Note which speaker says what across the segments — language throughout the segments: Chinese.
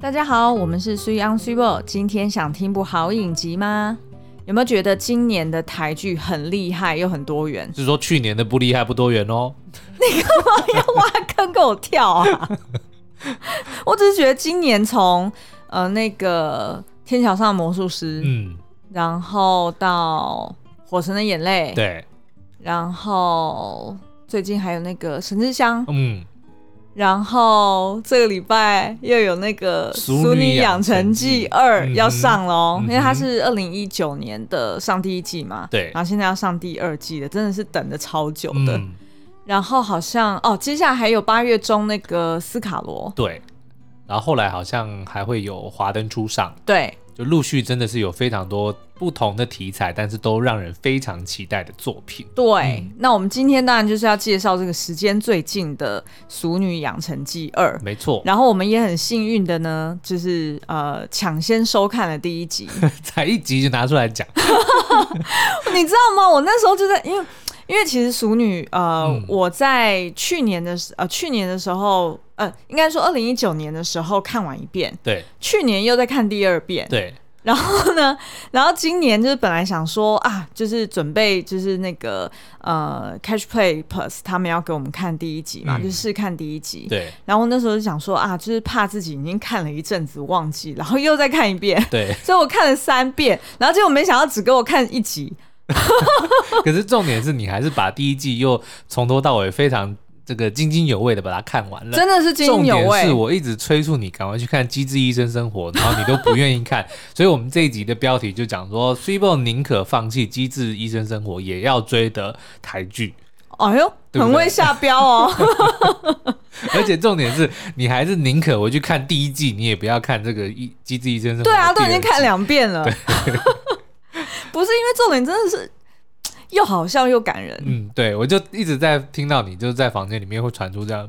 Speaker 1: 大家好，我们是 s u y a n s u b 今天想听部好影集吗？有没有觉得今年的台剧很厉害又很多元？
Speaker 2: 是说去年的不厉害不多元哦。
Speaker 1: 要挖哎坑给我跳啊！ 我只是觉得今年从呃那个《天桥上的魔术师》
Speaker 2: 嗯，
Speaker 1: 然后到《火神的眼泪》，
Speaker 2: 对，
Speaker 1: 然后最近还有那个《神之香》，
Speaker 2: 嗯，
Speaker 1: 然后这个礼拜又有那个《
Speaker 2: 俗女
Speaker 1: 淑女养
Speaker 2: 养
Speaker 1: 成
Speaker 2: 成
Speaker 1: 记
Speaker 2: 记
Speaker 1: 二》
Speaker 2: 嗯哼
Speaker 1: 要上喽，
Speaker 2: 嗯
Speaker 1: 因
Speaker 2: 哼
Speaker 1: 为它是二零一九年的上第一季嘛，
Speaker 2: 对
Speaker 1: 然后现在要上第二季了，真的是等的超久的。
Speaker 2: 嗯，
Speaker 1: 然后好像哦，接下来还有八月中那个斯卡罗，
Speaker 2: 对。然后后来好像还会有《华灯初上
Speaker 1: 对》，
Speaker 2: 就陆续真的是有非常多不同的题材，但是都让人非常期待的作品。
Speaker 1: 对、
Speaker 2: 嗯
Speaker 1: 那我们今天当然就是要介绍这个时间最近的《熟女养成记二》。
Speaker 2: 没错，
Speaker 1: 然后我们也很幸运的呢，就是呃抢先收看了第一集，
Speaker 2: 才一集就拿出来讲。
Speaker 1: 你知道吗？我那时候就在，因为因为其实熟女，呃，
Speaker 2: 嗯
Speaker 1: 我在去年的时呃去年的时候，呃，应该说二零一九年的时候看完一遍，
Speaker 2: 对
Speaker 1: 去年又在看第二遍，
Speaker 2: 对，
Speaker 1: 然后呢，然后今年就是本来想说啊，就是准备就是那个呃 Catch Play Plus 他们要给我们看第一集嘛，
Speaker 2: 嗯
Speaker 1: 就试看第一集，
Speaker 2: 对
Speaker 1: 然后那时候就想说啊，就是怕自己已经看了一阵子忘记，然后又再看一遍。
Speaker 2: 对。
Speaker 1: 所以我看了三遍，然后结果没想到只给我看一集，
Speaker 2: 可是重点是你还是把第一季又从头到尾非常这个津津有味的把它看完了。
Speaker 1: 真的是欸津津
Speaker 2: 重
Speaker 1: 有
Speaker 2: 点
Speaker 1: 味。
Speaker 2: 是我一直催促你赶快去看《机智医生生活》，然后你都不愿意 看，所以我们这一集的标题就讲说 s u p e 宁可放弃《机智医生生活》，也要追的台剧。
Speaker 1: 哎呦，
Speaker 2: 对不对
Speaker 1: 很会下标 哦。
Speaker 2: 而且重点是你还是宁可回去看第一季，你也不要看这个《医机智医生生活》。
Speaker 1: 对啊，都已经看。两遍了。 不是因为重点真的是又好笑又感人，
Speaker 2: 嗯，对，我就一直在听到你就是在房间里面会传出这样，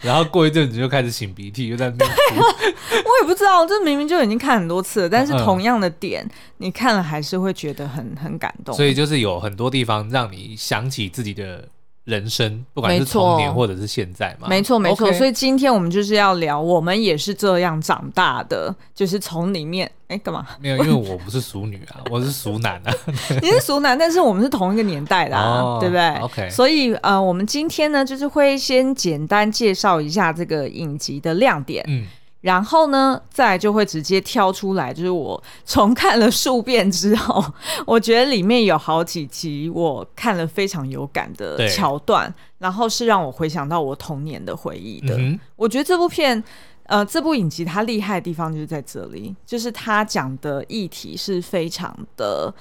Speaker 2: 然后过一阵子就开始擤鼻涕，又在那边哭。
Speaker 1: 我也不知道，这明明就已经看很多次了，但是
Speaker 2: 嗯嗯
Speaker 1: 同样的点，你看了还是会觉得很很感动。
Speaker 2: 所以就是有很多地方让你想起自己的人生，不管
Speaker 1: 没
Speaker 2: 是
Speaker 1: 错
Speaker 2: 童年或者是现在嘛。
Speaker 1: 没错，没错。
Speaker 2: OK
Speaker 1: 所以今天我们就是要聊，我们也是这样长大的，就是从里面，哎、干嘛？
Speaker 2: 没有，因为我不是熟女啊， 我是熟男 啊。
Speaker 1: 你是熟男，但是我们是同一个年代的、啊，
Speaker 2: 哦
Speaker 1: 对不对
Speaker 2: OK
Speaker 1: 所以呃，我们今天呢，就是会先简单介绍一下这个影集的亮点，
Speaker 2: 嗯，
Speaker 1: 然后呢，再来就会直接挑出来，就是我重看了数遍之后，我觉得里面有好几集我看了非常有感的
Speaker 2: 对
Speaker 1: 桥段，然后是让我回想到我童年的回忆的。
Speaker 2: 嗯哼
Speaker 1: 我觉得这部片，呃，这部影集它厉害的地方就是在这里，就是它讲的议题是非常的，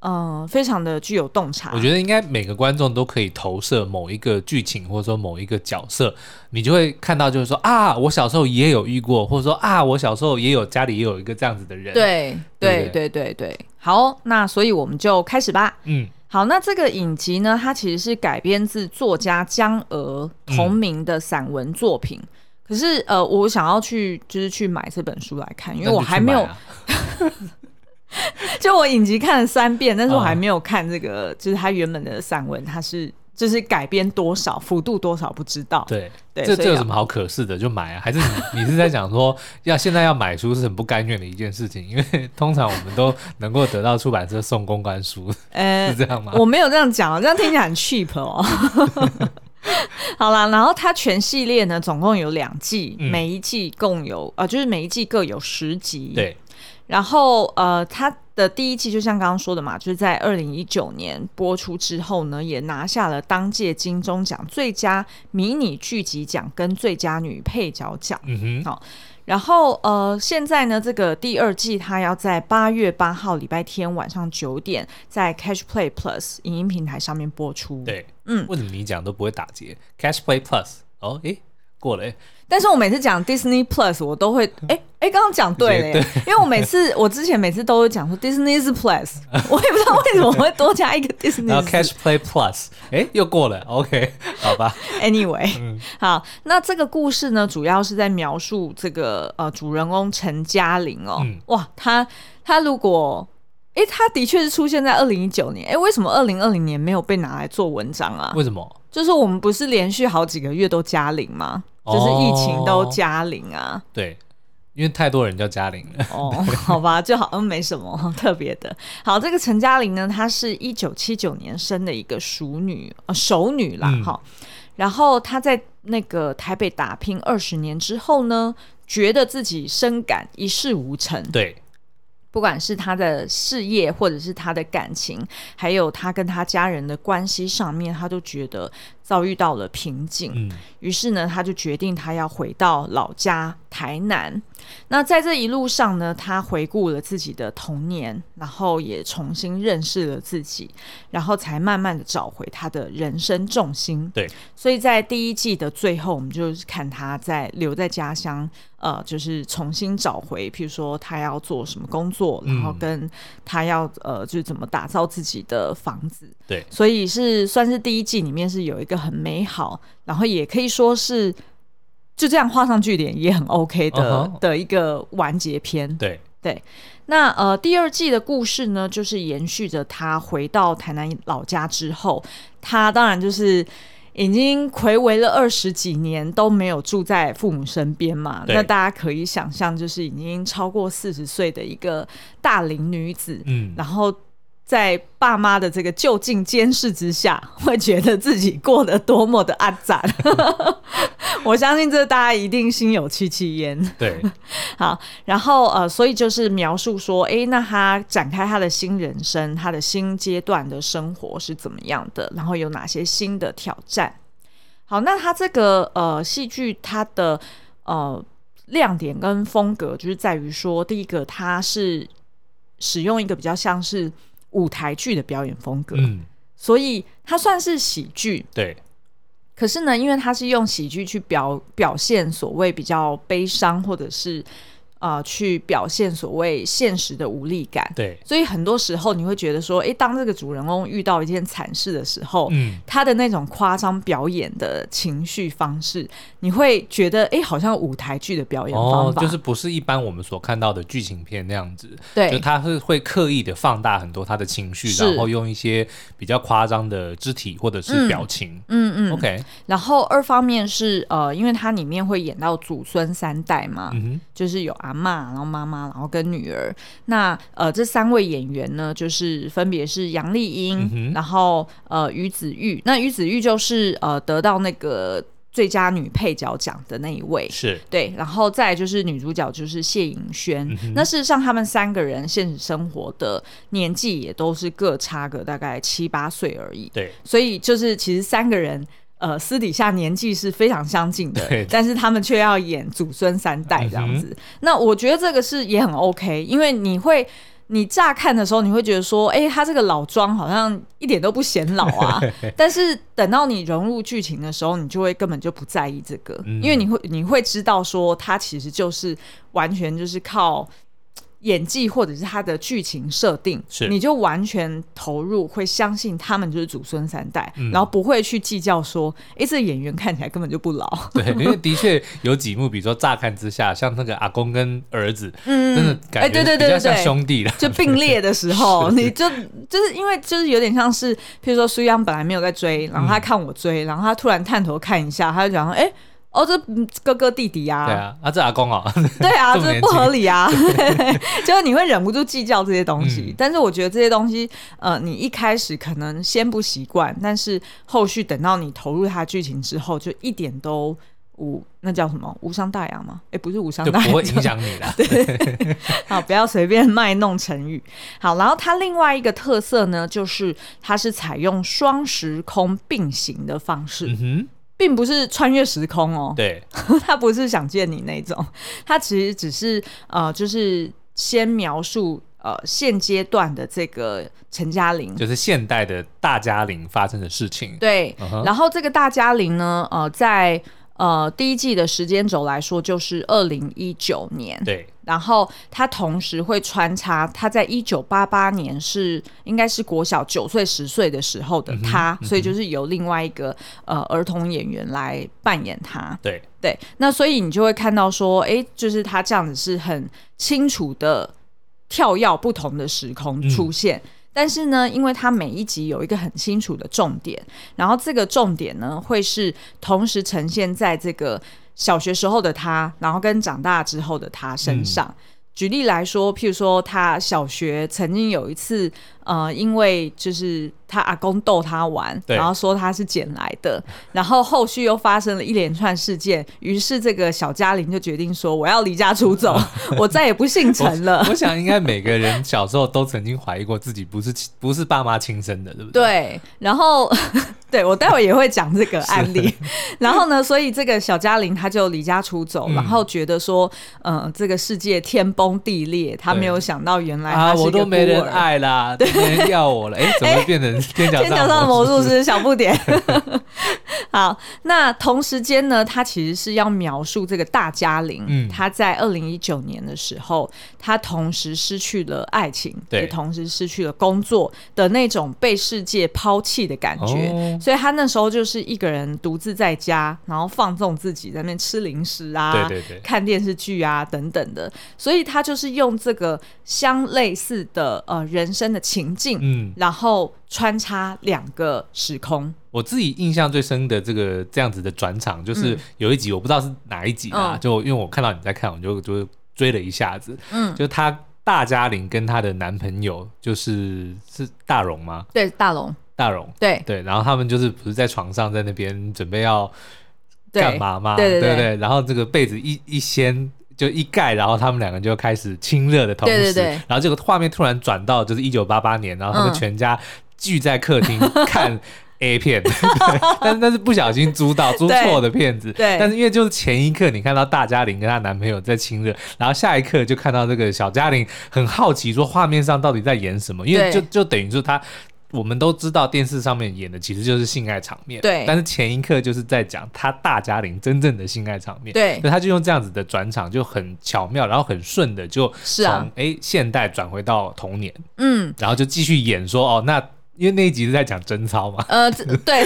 Speaker 1: 呃，非常的具有洞察。
Speaker 2: 我觉得应该每个观众都可以投射某一个剧情，或者说某一个角色，你就会看到，就是说啊，我小时候也有遇过，或者说啊，我小时候也有家里也有一个这样子的人。，
Speaker 1: 对对
Speaker 2: 对
Speaker 1: 对对对，好，那所以我们就开始吧。
Speaker 2: 嗯，
Speaker 1: 好，那这个影集呢，它其实是改编自作家江娥
Speaker 2: 嗯
Speaker 1: 同名的散文作品。可是，呃，我想要去，就是去买这本书来看，因为我还没有，
Speaker 2: 那就去买啊
Speaker 1: 就我影集看了三遍，但是我
Speaker 2: 哦
Speaker 1: 还没有看这个，就是它原本的散文，它是就是改编多少幅度多少不知道。
Speaker 2: 对，
Speaker 1: 对所
Speaker 2: 这
Speaker 1: 以
Speaker 2: 这有
Speaker 1: 要
Speaker 2: 什么好可视的？就买啊？还是你你是在讲说要现在要买书是很不甘愿的一件事情？因为 通常我们都能够得到出版社送公关书，
Speaker 1: 呃
Speaker 2: 是，这样吗？
Speaker 1: 我没有这样讲哦，这样听起来很 cheap 哦。 好啦，然后它全系列呢，总共有两季，
Speaker 2: 嗯
Speaker 1: 每一季共有呃，就是每一季各有十集。
Speaker 2: 对，
Speaker 1: 然后呃，它的第一季就像刚刚说的嘛，就是在二零一九年播出之后呢，也拿下了当届金钟奖最佳迷你剧集奖跟最佳女配角奖。
Speaker 2: 嗯哼，
Speaker 1: 然后呃，现在呢，这个第二季它要在八月八号礼拜天晚上九点，在 Catch Play Plus 影音平台上面播出。，
Speaker 2: 对，
Speaker 1: 嗯
Speaker 2: 为什么你讲都不会打结？Cash Play Plus，哦，诶，过了，诶
Speaker 1: 但是我每次讲 Disney Plus，我 都会哎哎，刚刚讲对了耶，因为我每次我之前每次都会讲说 Disney is Plus，我也不知道为什么会多加一个 Disney
Speaker 2: 然后
Speaker 1: is
Speaker 2: Cash Play Plus，诶，又过了，OK，好吧，
Speaker 1: Anyway，、
Speaker 2: 嗯
Speaker 1: 好，那这个故事呢，主要是在描述这个呃主人公陈嘉玲哦，
Speaker 2: 嗯
Speaker 1: 哇，她她如果，诶，她的确是出现在二零一九年，诶，为什么二零二零年没有被拿来做文章啊？
Speaker 2: 为什么？
Speaker 1: 就是我们不是连续好几个月都嘉玲吗？就是疫情都
Speaker 2: 哦
Speaker 1: 加零啊。
Speaker 2: 对，因为太多人叫嘉玲了。
Speaker 1: 哦， 好吧，就好像嗯没什么特别的。好，这个陈嘉玲呢，她是一九七九年生的一个熟女，呃，熟女啦，
Speaker 2: 嗯
Speaker 1: 哈、然后她在那个台北打拼二十年之后呢，觉得自己深感一事无成，
Speaker 2: 对，
Speaker 1: 不管是她的事业，或者是她的感情，还有她跟她家人的关系上面，她都觉得遭遇到了瓶颈。
Speaker 2: 嗯，
Speaker 1: 于是呢，他就决定他要回到老家台南。那在这一路上呢，他回顾了自己的童年，然后也重新认识了自己，然后才慢慢的找回他的人生重心。
Speaker 2: 对，
Speaker 1: 所以在第一季的最后，我们就是看他在留在家乡，呃，就是重新找回，譬如说他要做什么工作，
Speaker 2: 嗯
Speaker 1: 然后跟他要呃，就是怎么打造自己的房子。
Speaker 2: 对，
Speaker 1: 所以是算是第一季里面是有一个很美好，然后也可以说是就这样画上句点也很 OK 的、
Speaker 2: 嗯哼
Speaker 1: 的一个完结篇。
Speaker 2: 对，
Speaker 1: 那呃，第二季的故事呢，就是延续着他回到台南老家之后，他当然就是。已经暌违了二十几年都没有住在父母身边嘛，
Speaker 2: 对
Speaker 1: 那大家可以想象，就是已经超过四十岁的一个大龄女子，
Speaker 2: 嗯，
Speaker 1: 然后在爸妈的这个就近监视之下， 会觉得自己过得多么的暗惨。 我相信这大家一定心有戚戚焉。
Speaker 2: 对，
Speaker 1: 好，然后呃，所以就是描述说，诶，那他展开他的新人生，他的新阶段的生活是怎么样的，然后有哪些新的挑战。好，那他这个呃戏剧，它的呃亮点跟风格就是在于说，第一个它是使用一个比较像是舞台剧的表演风格，
Speaker 2: 嗯，
Speaker 1: 所以它算是喜剧，
Speaker 2: 对，
Speaker 1: 可是呢，因为他是用喜剧去表表现所谓比较悲伤，或者是呃去表现所谓现实的无力感，
Speaker 2: 对，
Speaker 1: 所以很多时候你会觉得说，诶，当这个主人公遇到一件惨事的时候，
Speaker 2: 嗯，
Speaker 1: 他的那种夸张表演的情绪方式，你会觉得诶，好像舞台剧的表演方
Speaker 2: 哦，
Speaker 1: 法，
Speaker 2: 就是不是一般我们所看到的剧情片那样子，就
Speaker 1: 对
Speaker 2: 他是会刻意的放大很多他的情绪，
Speaker 1: 是
Speaker 2: 然后用一些比较夸张的肢体或者是表情。
Speaker 1: 嗯嗯。
Speaker 2: OK，
Speaker 1: 然后二方面是呃，因为它里面会演到祖孙三代嘛，
Speaker 2: 嗯
Speaker 1: 就是有阿嬷，然后妈妈，然后跟女儿。那呃，这三位演员呢，就是分别是杨丽
Speaker 2: 嗯
Speaker 1: 英，
Speaker 2: 哼
Speaker 1: 然后呃于子玉。那于子玉就是呃得到那个最佳女配角奖的那一位
Speaker 2: 哼，。是，
Speaker 1: 对，然后再来就是女主角就是谢颖萱。
Speaker 2: 嗯哼
Speaker 1: 那事实上，他们三个人现实生活的年纪也都是各差个大概七八岁而已。
Speaker 2: 对，
Speaker 1: 所以就是其实三个人呃私底下年纪是非常相近
Speaker 2: 对嗯
Speaker 1: 的，但是他们却要演祖孙三代这样子。那我觉得这个是也很 OK，因为你会。你乍看的时候，你会觉得说，哎、他这个老庄好像一点都不显老 啊。但是等到你融入剧情的时候，你就会根本就不在意这个，
Speaker 2: 嗯
Speaker 1: 因为你会你会知道说，他其实就是完全就是靠演技或者是他的剧情设定，
Speaker 2: 是
Speaker 1: 你就完全投入，会相信他们就是祖孙三代，
Speaker 2: 嗯
Speaker 1: 然后不会去计较说，诶，这演员看起来根本就不 老，
Speaker 2: 对，因为的确有几幕，比如说乍看之下，像那个阿公跟儿子，
Speaker 1: 嗯
Speaker 2: 真的感觉
Speaker 1: 对对
Speaker 2: 比
Speaker 1: 对
Speaker 2: 较
Speaker 1: 对
Speaker 2: 像
Speaker 1: 对。
Speaker 2: 兄弟了。
Speaker 1: 就并列的时候，
Speaker 2: 是
Speaker 1: 你就就是因为就是有点像是，譬如说苏央本来没有在追，然后
Speaker 2: 嗯
Speaker 1: 他看我追，然后他突然探头看一下，他就讲说，哎、哦，这嗯哥哥弟弟
Speaker 2: 对
Speaker 1: 啊，
Speaker 2: 啊，啊这阿公哦，
Speaker 1: 对啊，
Speaker 2: 这么
Speaker 1: 这
Speaker 2: 年
Speaker 1: 不
Speaker 2: 轻
Speaker 1: 合理 啊， 就是你会忍不住计较这些东西。
Speaker 2: 嗯
Speaker 1: 但是我觉得这些东西，呃，你一开始可能先不习惯，但是后续等到你投入它剧情之后，就一点都无那叫什么无伤大雅吗？哎、不是无伤
Speaker 2: 就
Speaker 1: 大雅，
Speaker 2: 不会影响你啦。
Speaker 1: 好， 不要随便卖弄成语。好，然后它另外一个特色呢，就是它是采用双时空并行的方式，
Speaker 2: 嗯
Speaker 1: 并不是穿越时空哦
Speaker 2: 哼，。对，
Speaker 1: 他不是想见你那种，他其实只是呃，就是先描述呃现阶段的这个陈嘉玲。
Speaker 2: 就是现代的大家庭发生的事情。
Speaker 1: 对
Speaker 2: 嗯哼
Speaker 1: 然后这个大嘉玲呢，呃，在呃第一季的时间轴来说，就是二零一九年。
Speaker 2: 对，
Speaker 1: 然后他同时会穿插他在一九八八年是应该是国小九岁十岁的时候的
Speaker 2: 嗯
Speaker 1: 他，所以就是由另外一个呃儿童演员来扮演他。
Speaker 2: 对，
Speaker 1: 对，那所以你就会看到说，诶，就是他这样子是很清楚的跳跃不同的时空出现。但是呢，因为它每一集有一个很清楚的重点，然后这个重点呢，会是同时呈现在这个小学时候的他，然后跟长大之后的他身上。举例来说，譬如说，他小学曾经有一次，呃，因为就是他阿公逗他玩，
Speaker 2: 对
Speaker 1: 然后说他是捡来的，然后后续又发生了一连串事件，于是这个小嘉玲就决定说，我要离家出走， 我再也不姓陈了。
Speaker 2: 啊 我想应该每个人小时候都曾经怀疑过自己不是亲不是爸妈亲生的，对不对？
Speaker 1: 对，然后 对我待会也会讲这个案例。 然后呢，所以这个小嘉玲她就离家出走，
Speaker 2: 嗯
Speaker 1: 然后觉得说，呃，这个世界天崩地裂，她
Speaker 2: 对
Speaker 1: 没有想到原来她
Speaker 2: 啊，
Speaker 1: 哎是一
Speaker 2: 我
Speaker 1: 个
Speaker 2: 都没
Speaker 1: 孤
Speaker 2: 人
Speaker 1: 儿
Speaker 2: 爱啦，都没人要我了， 哎，怎么会变成天角
Speaker 1: 天桥上的
Speaker 2: 上
Speaker 1: 魔
Speaker 2: 魔
Speaker 1: 术 师小不点。 好，那同时间呢，他其实是要描述这个大嘉玲，
Speaker 2: 嗯
Speaker 1: 她在二零一九年的时候，她同时失去了爱情，
Speaker 2: 对
Speaker 1: 也同时失去了工作的那种被世界抛弃的感觉。
Speaker 2: 哦
Speaker 1: 所以她那时候就是一个人独自在家，然后放纵自己，在那边吃零食啊，
Speaker 2: 对对对，
Speaker 1: 看电视剧啊等等的，所以她就是用这个相类似的呃人生的情境，
Speaker 2: 嗯，
Speaker 1: 然后穿插两个时空，
Speaker 2: 我自己印象最深的这个这样子的转场，就是有一集我不知道是哪一集啊，
Speaker 1: 嗯
Speaker 2: 就因为我看到你在看，我就就追了一下子，
Speaker 1: 嗯
Speaker 2: 就她大嘉玲跟她的男朋友就是是大荣吗？
Speaker 1: 对，大龙，
Speaker 2: 大荣。
Speaker 1: 对
Speaker 2: 对，然后他们就是不是在床上在那边准备要干
Speaker 1: 对，
Speaker 2: 嘛嘛？
Speaker 1: 对对
Speaker 2: 对
Speaker 1: 对
Speaker 2: 然后这个被子一一掀就一盖，然后他们两个就开始亲热的同时，
Speaker 1: 对对对
Speaker 2: 然后这个画面突然转到就是一九八八年，然后他们
Speaker 1: 嗯
Speaker 2: 全家聚在客厅 看。A 片， 对但是但是不小心租到租错的片子，
Speaker 1: 对
Speaker 2: 但是因为就是前一刻你看到大嘉玲跟她男朋友在亲热，然后下一刻就看到这个小嘉玲很好奇说画面上到底在演什么，因为
Speaker 1: 对
Speaker 2: 就就等于说她我们都知道电视上面演的其实就是性爱场面，
Speaker 1: 对
Speaker 2: 但是前一刻就是在讲他大嘉玲真正的性爱场面，
Speaker 1: 对
Speaker 2: 所以他就用这样子的转场就很巧妙，然后很顺的就
Speaker 1: 是
Speaker 2: 从
Speaker 1: 啊
Speaker 2: 诶现代转回到童年，
Speaker 1: 嗯，
Speaker 2: 然后就继续演说哦那。因为那一集是在讲贞操 嘛，
Speaker 1: 呃， 这对，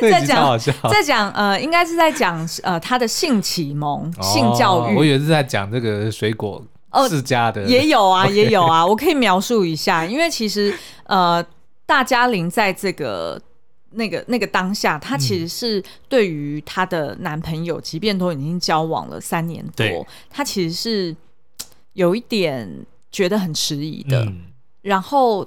Speaker 2: 那一集
Speaker 1: 在讲
Speaker 2: 超好笑。
Speaker 1: 在讲呃，应该是在讲呃他的性启蒙、
Speaker 2: 哦
Speaker 1: 性教
Speaker 2: 我
Speaker 1: 育。
Speaker 2: 以为是在讲这个水果
Speaker 1: 哦
Speaker 2: 世家的，
Speaker 1: 也有 啊，也有啊，我可以描述一下，因为其实呃，大嘉玲在这个那个那个当下，她其实是对于她的男朋友，即便都已经交往了三年
Speaker 2: 对
Speaker 1: 多，她其实是嘖有一点觉得很迟疑的。
Speaker 2: 嗯
Speaker 1: 然后，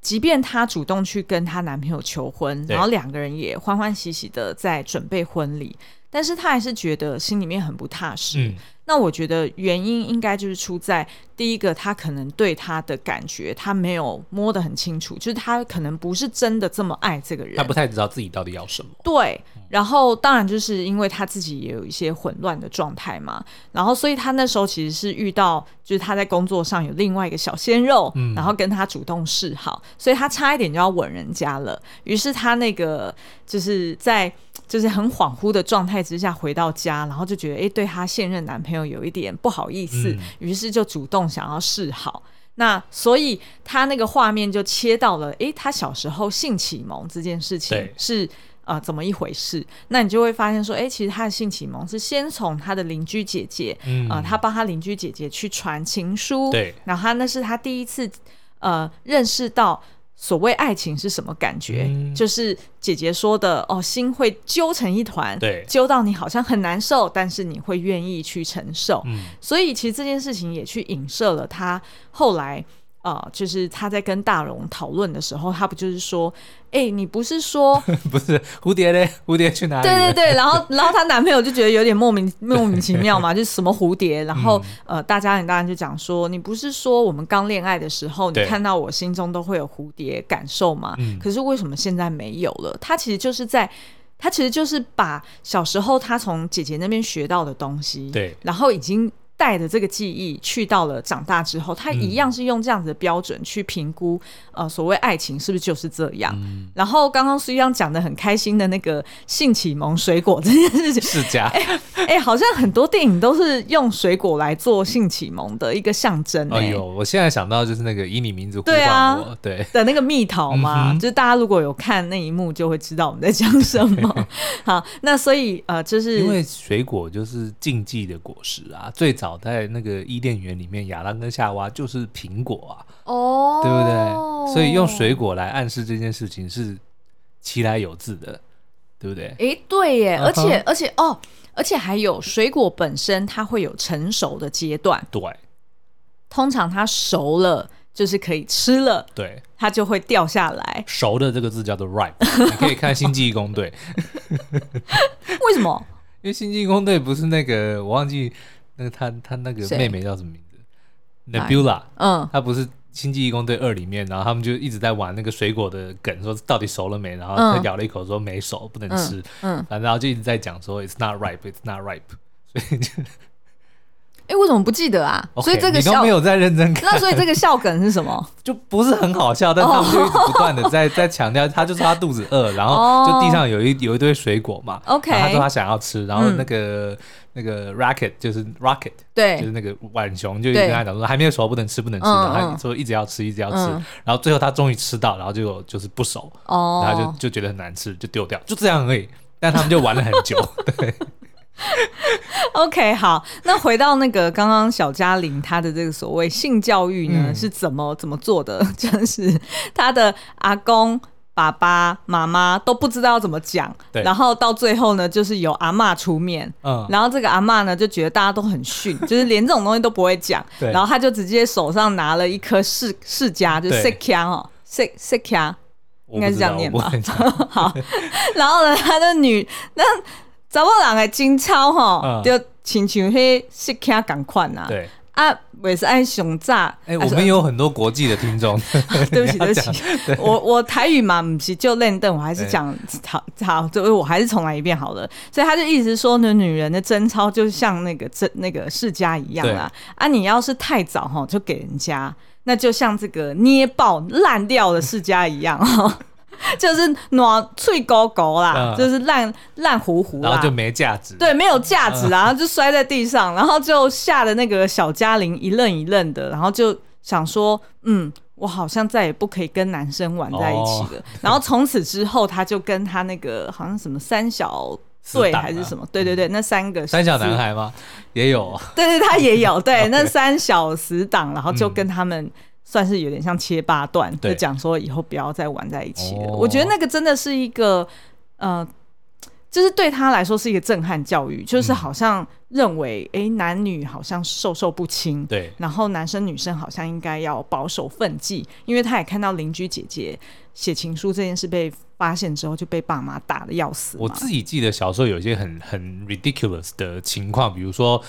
Speaker 1: 即便她主动去跟她男朋友求婚，
Speaker 2: 对
Speaker 1: 然后两个人也欢欢喜喜的在准备婚礼，但是她还是觉得心里面很不踏实。
Speaker 2: 嗯，
Speaker 1: 那我觉得原因应该就是出在第一个，她可能对他的感觉，她没有摸得很清楚，就是她可能不是真的这么爱这个人。
Speaker 2: 他不太知道自己到底要什么。
Speaker 1: 对，然后当然就是因为他自己也有一些混乱的状态嘛，然后所以他那时候其实是遇到，就是他在工作上有另外一个小鲜肉，
Speaker 2: 嗯
Speaker 1: 然后跟他主动示好，所以他差一点就要吻人家了。于是他那个就是在就是很恍惚的状态之下回到家，然后就觉得诶对她现任男朋友有一点不好意思，
Speaker 2: 嗯
Speaker 1: 于是就主动想要示好。那所以他那个画面就切到了，诶，他小时候性启蒙这件事情
Speaker 2: 对
Speaker 1: 是呃怎么一回事？那你就会发现说，诶，其实他的性启蒙是先从他的邻居姐姐，
Speaker 2: 嗯
Speaker 1: 呃，他帮他邻居姐姐去传情书，
Speaker 2: 对，
Speaker 1: 然后他那是他第一次呃认识到。所谓爱情是什么感觉？
Speaker 2: 嗯
Speaker 1: 就是姐姐说的哦，心会揪成一团，
Speaker 2: 对
Speaker 1: 揪到你好像很难受，但是你会愿意去承受。
Speaker 2: 嗯
Speaker 1: 所以其实这件事情也去影射了他后来呃，就是他在跟大荣讨论的时候，他不就是说，哎、你不是说
Speaker 2: 不是蝴蝶嘞，蝴蝶去哪里
Speaker 1: 对
Speaker 2: 了？
Speaker 1: 对对，然后然后她男朋友就觉得有点莫 名莫名其妙嘛，就是什么蝴蝶，然后、
Speaker 2: 嗯
Speaker 1: 呃，大家很当然就讲说，你不是说我们刚恋爱的时候，你
Speaker 2: 对
Speaker 1: 看到我心中都会有蝴蝶感受吗？
Speaker 2: 嗯
Speaker 1: 可是为什么现在没有了？他其实就是在。他其实就是把小时候他从姐姐那边学到的东西，
Speaker 2: 对
Speaker 1: 然后已经带着这个记忆去到了长大之后，他一样是用这样子的标准去评估，呃，所谓爱情是不是就是这样？
Speaker 2: 嗯
Speaker 1: 然后刚刚苏央讲的很开心的那个性启蒙水果这件事 情，
Speaker 2: 世 家，
Speaker 1: 哎、好像很多电影都是用水果来做性启蒙的一个象征、
Speaker 2: 哎
Speaker 1: 哎
Speaker 2: 呦，我现在想到就是那个以你名字呼
Speaker 1: 对
Speaker 2: 唤
Speaker 1: 啊
Speaker 2: 我，对，
Speaker 1: 的那个蜜桃嘛，
Speaker 2: 嗯哼
Speaker 1: 就是大家如果有看那一幕，就会知道我们在讲什 么。好，那所以呃，就是
Speaker 2: 因为水果就是禁忌的果实啊，最早早在那个伊甸园里面，亚当跟夏娃就是苹果啊，
Speaker 1: 哦，
Speaker 2: 对不对？所以用水果来暗示这件事情是其来有自的，对不对？
Speaker 1: 诶，对耶，
Speaker 2: 嗯哼
Speaker 1: 而且而且哦，而且还有水果本身它会有成熟的阶段，
Speaker 2: 对
Speaker 1: 通常它熟了就是可以吃了，
Speaker 2: 对，
Speaker 1: 它就会掉下 来。
Speaker 2: 熟的这个字叫 做 ripe，你可以看《星际义工队》，
Speaker 1: 为什么？
Speaker 2: 因为《星际义工队》不是那个我忘记那个他他那个
Speaker 1: 谁
Speaker 2: 妹妹叫什么名字
Speaker 1: 哪
Speaker 2: ？Nebula，
Speaker 1: 嗯，
Speaker 2: 他不是《星际义工队二》里面，然后他们就一直在玩那个水果的梗，说到底熟了没？然后
Speaker 1: 嗯
Speaker 2: 他咬了一口说没熟，不能吃。
Speaker 1: 嗯嗯
Speaker 2: 反正然后就一直在讲说 "It's not ripe, it's not ripe"，所以就
Speaker 1: 诶，我怎么不记得啊
Speaker 2: OK，
Speaker 1: 所以这个
Speaker 2: 你都
Speaker 1: 笑
Speaker 2: 没，有在认真看，
Speaker 1: 那所以这个笑梗是什么？
Speaker 2: 就不是很好 笑。但他们就一直不断的在在强调，他就说他肚子饿，然后就地上有一有一堆水果嘛。
Speaker 1: 哦 OK
Speaker 2: 然后他说他想要吃，然后
Speaker 1: 嗯
Speaker 2: 那个那个 Rocket 就是 Rocket。就是
Speaker 1: 对，
Speaker 2: 那个浣熊，就一直跟他讲说还没有熟，不能吃，不能吃。
Speaker 1: 嗯
Speaker 2: 然后
Speaker 1: 嗯
Speaker 2: 他说一直要吃，一直要吃。
Speaker 1: 嗯
Speaker 2: 然后最后他终于吃到，然后就就是不熟，然后
Speaker 1: 哦，
Speaker 2: 就就觉得很难吃，就丢掉，就这样而已。但他们就玩了很 久，对
Speaker 1: OK，好，那回到那个刚刚小嘉玲她的这个所谓性教育呢，
Speaker 2: 嗯
Speaker 1: 是怎么怎么做的？就是她的阿公。爸爸妈妈都不知道怎么讲，
Speaker 2: 对
Speaker 1: 然后到最后呢，就是由阿嬷出面，
Speaker 2: 嗯，
Speaker 1: 然后这个阿嬷呢就觉得大家都很 逊，就是连这种东西都不会讲，
Speaker 2: 对
Speaker 1: 然后她就直接手上拿了一颗释释迦，就是释
Speaker 2: 对
Speaker 1: 迦哦，释释迦，应
Speaker 2: 我不
Speaker 1: 该是
Speaker 2: 知
Speaker 1: 这样
Speaker 2: 道
Speaker 1: 念
Speaker 2: 我
Speaker 1: 吧
Speaker 2: 不会讲
Speaker 1: 然后呢，他的女那查某人的金超吼，
Speaker 2: 嗯
Speaker 1: 就亲像迄色卡共款呐。
Speaker 2: 对，
Speaker 1: 啊，袂是爱上炸。
Speaker 2: 哎，我们有很多国际的 听众，
Speaker 1: 对不起，
Speaker 2: 你要
Speaker 1: 对不
Speaker 2: 讲
Speaker 1: 起，我我台语嘛，不是就练凳，我还是讲好好，就我还是重来一遍好了。所以他就一直说呢，女人的贞操就像那个贞那个世家一样啦。啊，你要是太早哈，就给人家，那就像这个捏爆烂掉的世家一样哈。 就是暖脆狗狗啦，
Speaker 2: 嗯
Speaker 1: 就是烂烂糊糊啦，
Speaker 2: 然后就没价值。
Speaker 1: 对，没有价值啊，然
Speaker 2: 嗯
Speaker 1: 后就摔在地上，然后就吓得那个小嘉玲一愣一愣的，然后就想说，嗯，我好像再也不可以跟男生玩在一起了。
Speaker 2: 哦
Speaker 1: 然后从此之后，他就跟他那个好像什么三小
Speaker 2: 死
Speaker 1: 队
Speaker 2: 党
Speaker 1: 还是
Speaker 2: 啊
Speaker 1: 什么，对对对，那三个
Speaker 2: 三小男
Speaker 1: 孩。
Speaker 2: 孩吗？也有啊，
Speaker 1: 对对，他也 有对那三小死党，然后就跟他们算是有点像切八段，
Speaker 2: 对
Speaker 1: 就讲说以后不要再玩在一起了。
Speaker 2: 哦
Speaker 1: 我觉得那个真的是一个呃，就是对他来说是一个震撼教育，就是
Speaker 2: 嗯
Speaker 1: 好像认为哎、诶男女好像授受不亲。
Speaker 2: 对，
Speaker 1: 然后男生女生好像应该要保守分际，因为他也看到邻居姐姐写情书这件事被发现之后，就被爸妈打的要死嘛。
Speaker 2: 我自己记得小时候有一些很很 ridiculous 的情况，比如说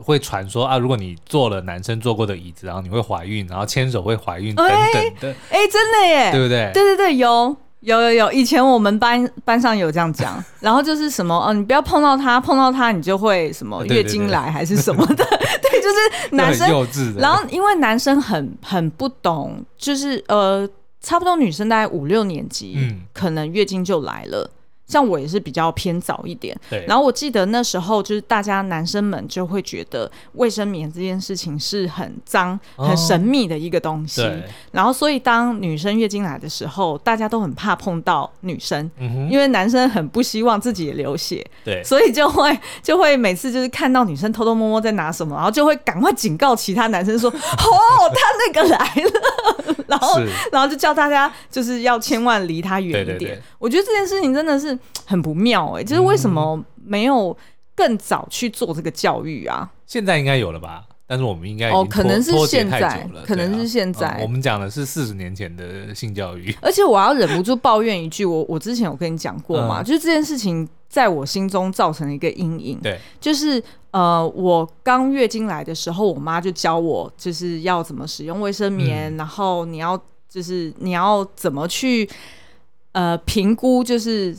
Speaker 2: 会传说啊，如果你坐了男生坐过的椅子，然后你会怀孕，然后牵手会怀孕等等的，
Speaker 1: 哎、真的耶，
Speaker 2: 对不对？
Speaker 1: 对对对，有有有有，以前我们班班上有这样讲， 然后就是什么，哦，你不要碰到他，碰到他你就会什么
Speaker 2: 呃对对
Speaker 1: 月经来还是什么的，对，就是
Speaker 2: 就
Speaker 1: 男
Speaker 2: 很
Speaker 1: 生，
Speaker 2: 幼稚的，啊
Speaker 1: 然后因为男生很很不懂，就是呃，差不多女生大概五六年级，
Speaker 2: 嗯
Speaker 1: 可能月经就来了。像我也是比较偏早一点，
Speaker 2: 对，
Speaker 1: 然后我记得那时候就是大家男生们就会觉得卫生棉这件事情是很脏、很
Speaker 2: 哦
Speaker 1: 神秘的一个东西，
Speaker 2: 对，
Speaker 1: 然后，所以当女生月经来的时候，大家都很怕碰到女生，
Speaker 2: 嗯哼，
Speaker 1: 因为男生很不希望自己也流血，
Speaker 2: 对，
Speaker 1: 所以就会就会每次就是看到女生偷偷摸摸在拿什么，然后就会赶快警告其他男生 说：“哦，他那个来了。”然后，
Speaker 2: 是。
Speaker 1: 然后就叫大家就是要千万离他远一点。
Speaker 2: 对对对
Speaker 1: 我觉得这件事情真的是很不妙哎、就是为什么
Speaker 2: 嗯
Speaker 1: 没有更早去做这个教育啊？
Speaker 2: 现在应该有了吧？但是我们应该已经
Speaker 1: 哦可能是
Speaker 2: 脱脱节
Speaker 1: 现在
Speaker 2: 太久了
Speaker 1: 可能
Speaker 2: 对啊
Speaker 1: 是现在
Speaker 2: 嗯我们讲的是四十年前的性教育，
Speaker 1: 而且我要忍不住抱怨一句，我我之前有跟你讲过嘛，
Speaker 2: 嗯
Speaker 1: 就是这件事情在我心中造成了一个阴影。
Speaker 2: 对，
Speaker 1: 就是呃，我刚月经来的时候，我妈就教我就是要怎么使用卫生棉，
Speaker 2: 嗯
Speaker 1: 然后你要就是你要怎么去呃评估，就是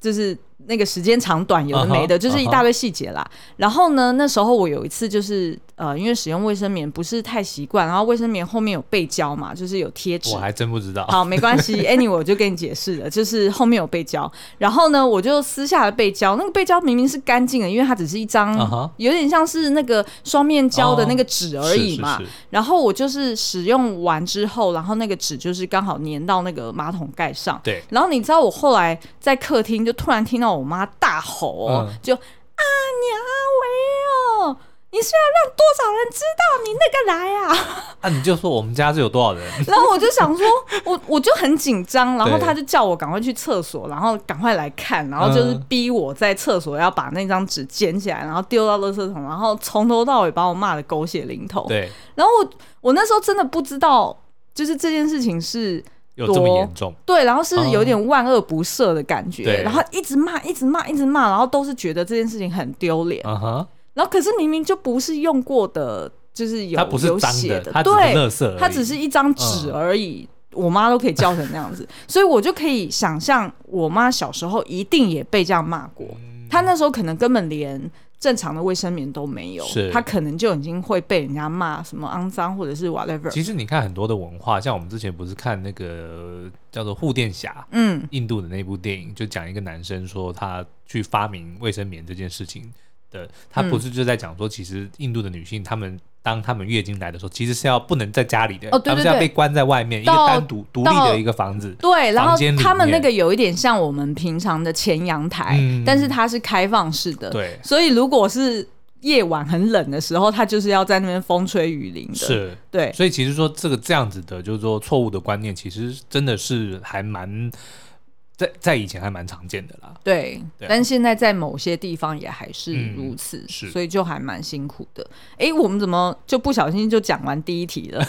Speaker 1: 就是那个时间长短有的没的
Speaker 2: 嗯哼
Speaker 1: 就是一大堆细节啦。
Speaker 2: uh-huh
Speaker 1: 然后呢，那时候我有一次就是呃，因为使用卫生棉不是太习惯，然后卫生棉后面有背胶嘛，就是有贴纸
Speaker 2: 我，还真不知道。
Speaker 1: 好，没关系，anyway，我就跟你解释了，就是后面有背胶，然后呢，我就撕下了背胶，那个背胶明明是干净的，因为它只是一张
Speaker 2: 嗯哼
Speaker 1: 有点像是那个双面胶的那个纸 而已嘛。
Speaker 2: 哦是是
Speaker 1: 然后我就是使用完之后，然后那个纸就是刚好粘到那个马桶盖上。
Speaker 2: 对
Speaker 1: 然后你知道我后来在客厅就突然听到我妈大吼、哦
Speaker 2: 嗯
Speaker 1: 就啊娘喂哦，你是要让多少人知道你那个来啊？
Speaker 2: 啊，你就说我们家是有多少人？
Speaker 1: 然后我就想说，我我就很紧张，然后
Speaker 2: 对
Speaker 1: 他就叫我赶快去厕所，然后赶快来看，然后就是
Speaker 2: 嗯
Speaker 1: 逼我在厕所要把那张纸捡起来，然后丢到垃圾桶，然后从头到尾把我骂的狗血淋头。
Speaker 2: 对，
Speaker 1: 然后我我那时候真的不知道，就是这件事情是
Speaker 2: 有这么
Speaker 1: 多
Speaker 2: 严重？
Speaker 1: 对，然后是有点万恶不赦的感觉，
Speaker 2: 哦对
Speaker 1: 然后一直骂，一直骂，一直骂，然后都是觉得这件事情很丢脸，
Speaker 2: 嗯哼，
Speaker 1: 然后可是明明就不是用过的，就是有
Speaker 2: 它不是
Speaker 1: 有
Speaker 2: 脏
Speaker 1: 写
Speaker 2: 的，
Speaker 1: 的，
Speaker 2: 它只是
Speaker 1: 对，
Speaker 2: 垃圾而已，
Speaker 1: 它只是一张
Speaker 2: 嗯
Speaker 1: 纸而已。我妈都可以叫成那样 子，所以我就可以想象，我妈小时候一定也被这样骂过。
Speaker 2: 嗯
Speaker 1: 她那时候可能根本连正常的卫生棉都没有
Speaker 2: 是，
Speaker 1: 她可能就已经会被人家骂什么肮脏或者是 whatever。
Speaker 2: 其实你看很多的文化，像我们之前不是看那个叫做《护垫侠》，
Speaker 1: 嗯，
Speaker 2: 印度的那部电影，就讲一个男生说他去发明卫生棉这件事情的，他不是就在讲说，其实印度的女性她们。当她们月经来的时候，其实是要不能在家里的，
Speaker 1: 哦对
Speaker 2: 她们是
Speaker 1: 对
Speaker 2: 要
Speaker 1: 对
Speaker 2: 被关在外面一个
Speaker 1: 到
Speaker 2: 单独独立
Speaker 1: 到
Speaker 2: 的一个房子。
Speaker 1: 对。然后
Speaker 2: 间里
Speaker 1: 他们那
Speaker 2: 面
Speaker 1: 个有一点像我们平常的前阳台，
Speaker 2: 嗯
Speaker 1: 但是它是开放式的，
Speaker 2: 对，
Speaker 1: 所以如果是夜晚很冷的时候，它就是要在那边风吹雨淋的。，
Speaker 2: 是，
Speaker 1: 对。
Speaker 2: 所以其实说这个这样子的，就是说错误的观念，其实真的是还蛮在在以前还蛮常见的啦。
Speaker 1: 对，
Speaker 2: 对啊嗯
Speaker 1: 但现在在某些地方也还是如此，
Speaker 2: 是
Speaker 1: 所以就还蛮辛苦的。诶，我们怎么就不小心就讲完第一题 了？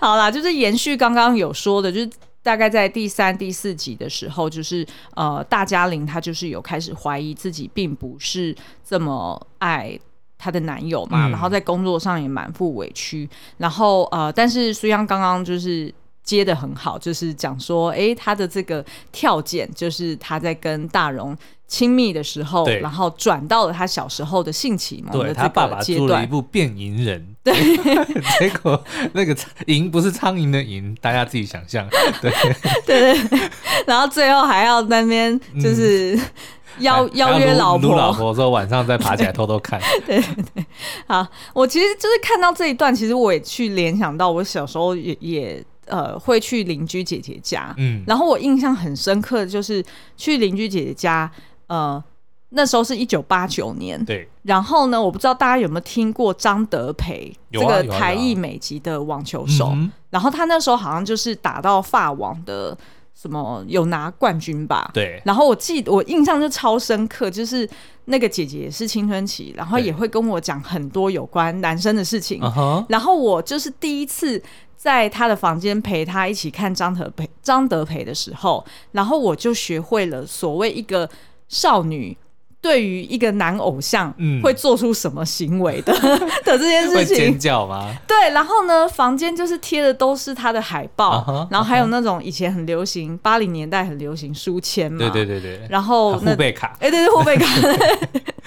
Speaker 1: 好啦，就是延续刚刚有说的，就是。大概在第三、第四集的时候，就是呃，大嘉玲她就是有开始怀疑自己并不是这么爱她的男友嘛，
Speaker 2: 嗯
Speaker 1: 然后在工作上也满腹委屈，然后呃，但是苏央刚刚就是接的很好，就是讲说，诶，她的这个跳剪就是她在跟大荣亲密的时候，
Speaker 2: 对
Speaker 1: 然后转到了她小时候的性启蒙
Speaker 2: 对
Speaker 1: 的
Speaker 2: 他
Speaker 1: 啊这
Speaker 2: 爸
Speaker 1: 个
Speaker 2: 爸
Speaker 1: 阶
Speaker 2: 做了一
Speaker 1: 段。
Speaker 2: 部变蝇人，对， 结果那个苍蝇不是苍蝇的蝇，大家自己想象，对，
Speaker 1: 对对对，然后最后还要那边就是、邀
Speaker 2: 然
Speaker 1: 邀
Speaker 2: 后
Speaker 1: 约
Speaker 2: 嗯撸
Speaker 1: 老
Speaker 2: 撸
Speaker 1: 婆，
Speaker 2: 老婆之后晚上再爬起来偷偷 看，
Speaker 1: 好，我其实就是看到这一段，其实我也去联想到我小时候也也呃会去邻居姐姐家，
Speaker 2: 嗯，
Speaker 1: 然后我印象很深刻的就是去邻居姐姐家，呃，那时候是一九八九年，
Speaker 2: 对，
Speaker 1: 然后呢，我不知道大家有没有听过张德培、
Speaker 2: 有
Speaker 1: 这
Speaker 2: 啊
Speaker 1: 个
Speaker 2: 有啊
Speaker 1: 台
Speaker 2: 有啊
Speaker 1: 裔美籍的网球手，
Speaker 2: 嗯
Speaker 1: 然后他那时候好像就是打到法网的什么有拿冠军吧，
Speaker 2: 对，
Speaker 1: 然后我记得我印象就超深刻，就是那个姐姐也是青春期，然后
Speaker 2: 对
Speaker 1: 也会跟我讲很多有关男生的事情。
Speaker 2: 嗯哼，
Speaker 1: 然后我就是第一次在她的房间陪她一起看张德培张德培的时候，然后我就学会了所谓一个少女。对于一个男偶像
Speaker 2: 嗯
Speaker 1: 会做出什么行为 的、的这件
Speaker 2: 会
Speaker 1: 事情
Speaker 2: 尖，叫吗？
Speaker 1: 对，然后呢，房间就是贴的都是他的海报
Speaker 2: 啊哈
Speaker 1: 然后还有那种以前很流行八零年代很流行书签嘛，
Speaker 2: 对对对对，
Speaker 1: 然后那
Speaker 2: 护贝卡，
Speaker 1: 哎、对对，护贝卡，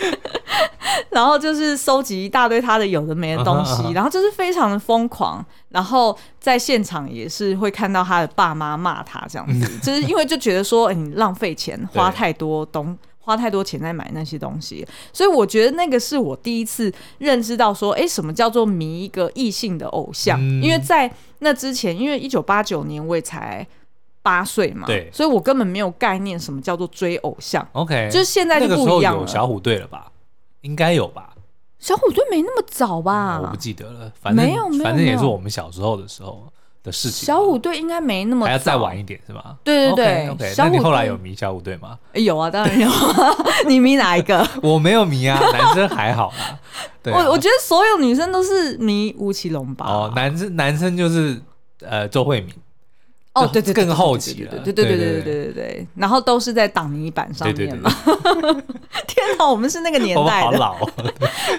Speaker 1: 然后就是收集一大堆他的有的没的东
Speaker 2: 啊
Speaker 1: 西
Speaker 2: 哈啊哈
Speaker 1: 然后就是非常的疯狂，然后在现场也是会看到他的爸妈骂他这样 子，就是因为就觉得说、哎你浪费钱，
Speaker 2: 对
Speaker 1: 花太多东。花太多钱在买那些东西，所以我觉得那个是我第一次认知到说，哎、什么叫做迷一个异性的偶像？
Speaker 2: 嗯
Speaker 1: 因为在那之前，因为一九八九年我也才八岁嘛，
Speaker 2: 对
Speaker 1: 所以我根本没有概念什么叫做追偶像。
Speaker 2: ，OK，
Speaker 1: 就是现在就
Speaker 2: 那个时
Speaker 1: 不
Speaker 2: 候
Speaker 1: 一样
Speaker 2: 有
Speaker 1: 了。
Speaker 2: 小虎队了吧？应该有吧，
Speaker 1: 小虎队没那么早
Speaker 2: 嗯我不
Speaker 1: 吧？
Speaker 2: 记得了，反正
Speaker 1: 啊没有没有
Speaker 2: 反正也是
Speaker 1: 没有
Speaker 2: 我们小时候的时候的事情嘛，
Speaker 1: 小虎队应该没那么
Speaker 2: 还要再
Speaker 1: 早
Speaker 2: 晚一点是吧？
Speaker 1: 对对对
Speaker 2: o k
Speaker 1: 小
Speaker 2: 哎那
Speaker 1: 虎
Speaker 2: 你后来
Speaker 1: 队
Speaker 2: 有迷小虎队吗？
Speaker 1: 哎有啊，当然有。 你迷哪一个？
Speaker 2: 我没 有迷啊，男生还好啦。 对啊、
Speaker 1: 我我觉得所有女生都是迷吴奇隆吧。
Speaker 2: 哦，男生男生就是呃周慧敏，
Speaker 1: 哦，
Speaker 2: 就
Speaker 1: 对对，对
Speaker 2: 更好奇了
Speaker 1: 对对对对对对
Speaker 2: 对
Speaker 1: 对对对。然后都是在挡泥板上
Speaker 2: 对对
Speaker 1: 面
Speaker 2: 对，
Speaker 1: 嘛。 天哪，我们是那个年
Speaker 2: 我们
Speaker 1: 代
Speaker 2: 好
Speaker 1: 的。
Speaker 2: 老、哦，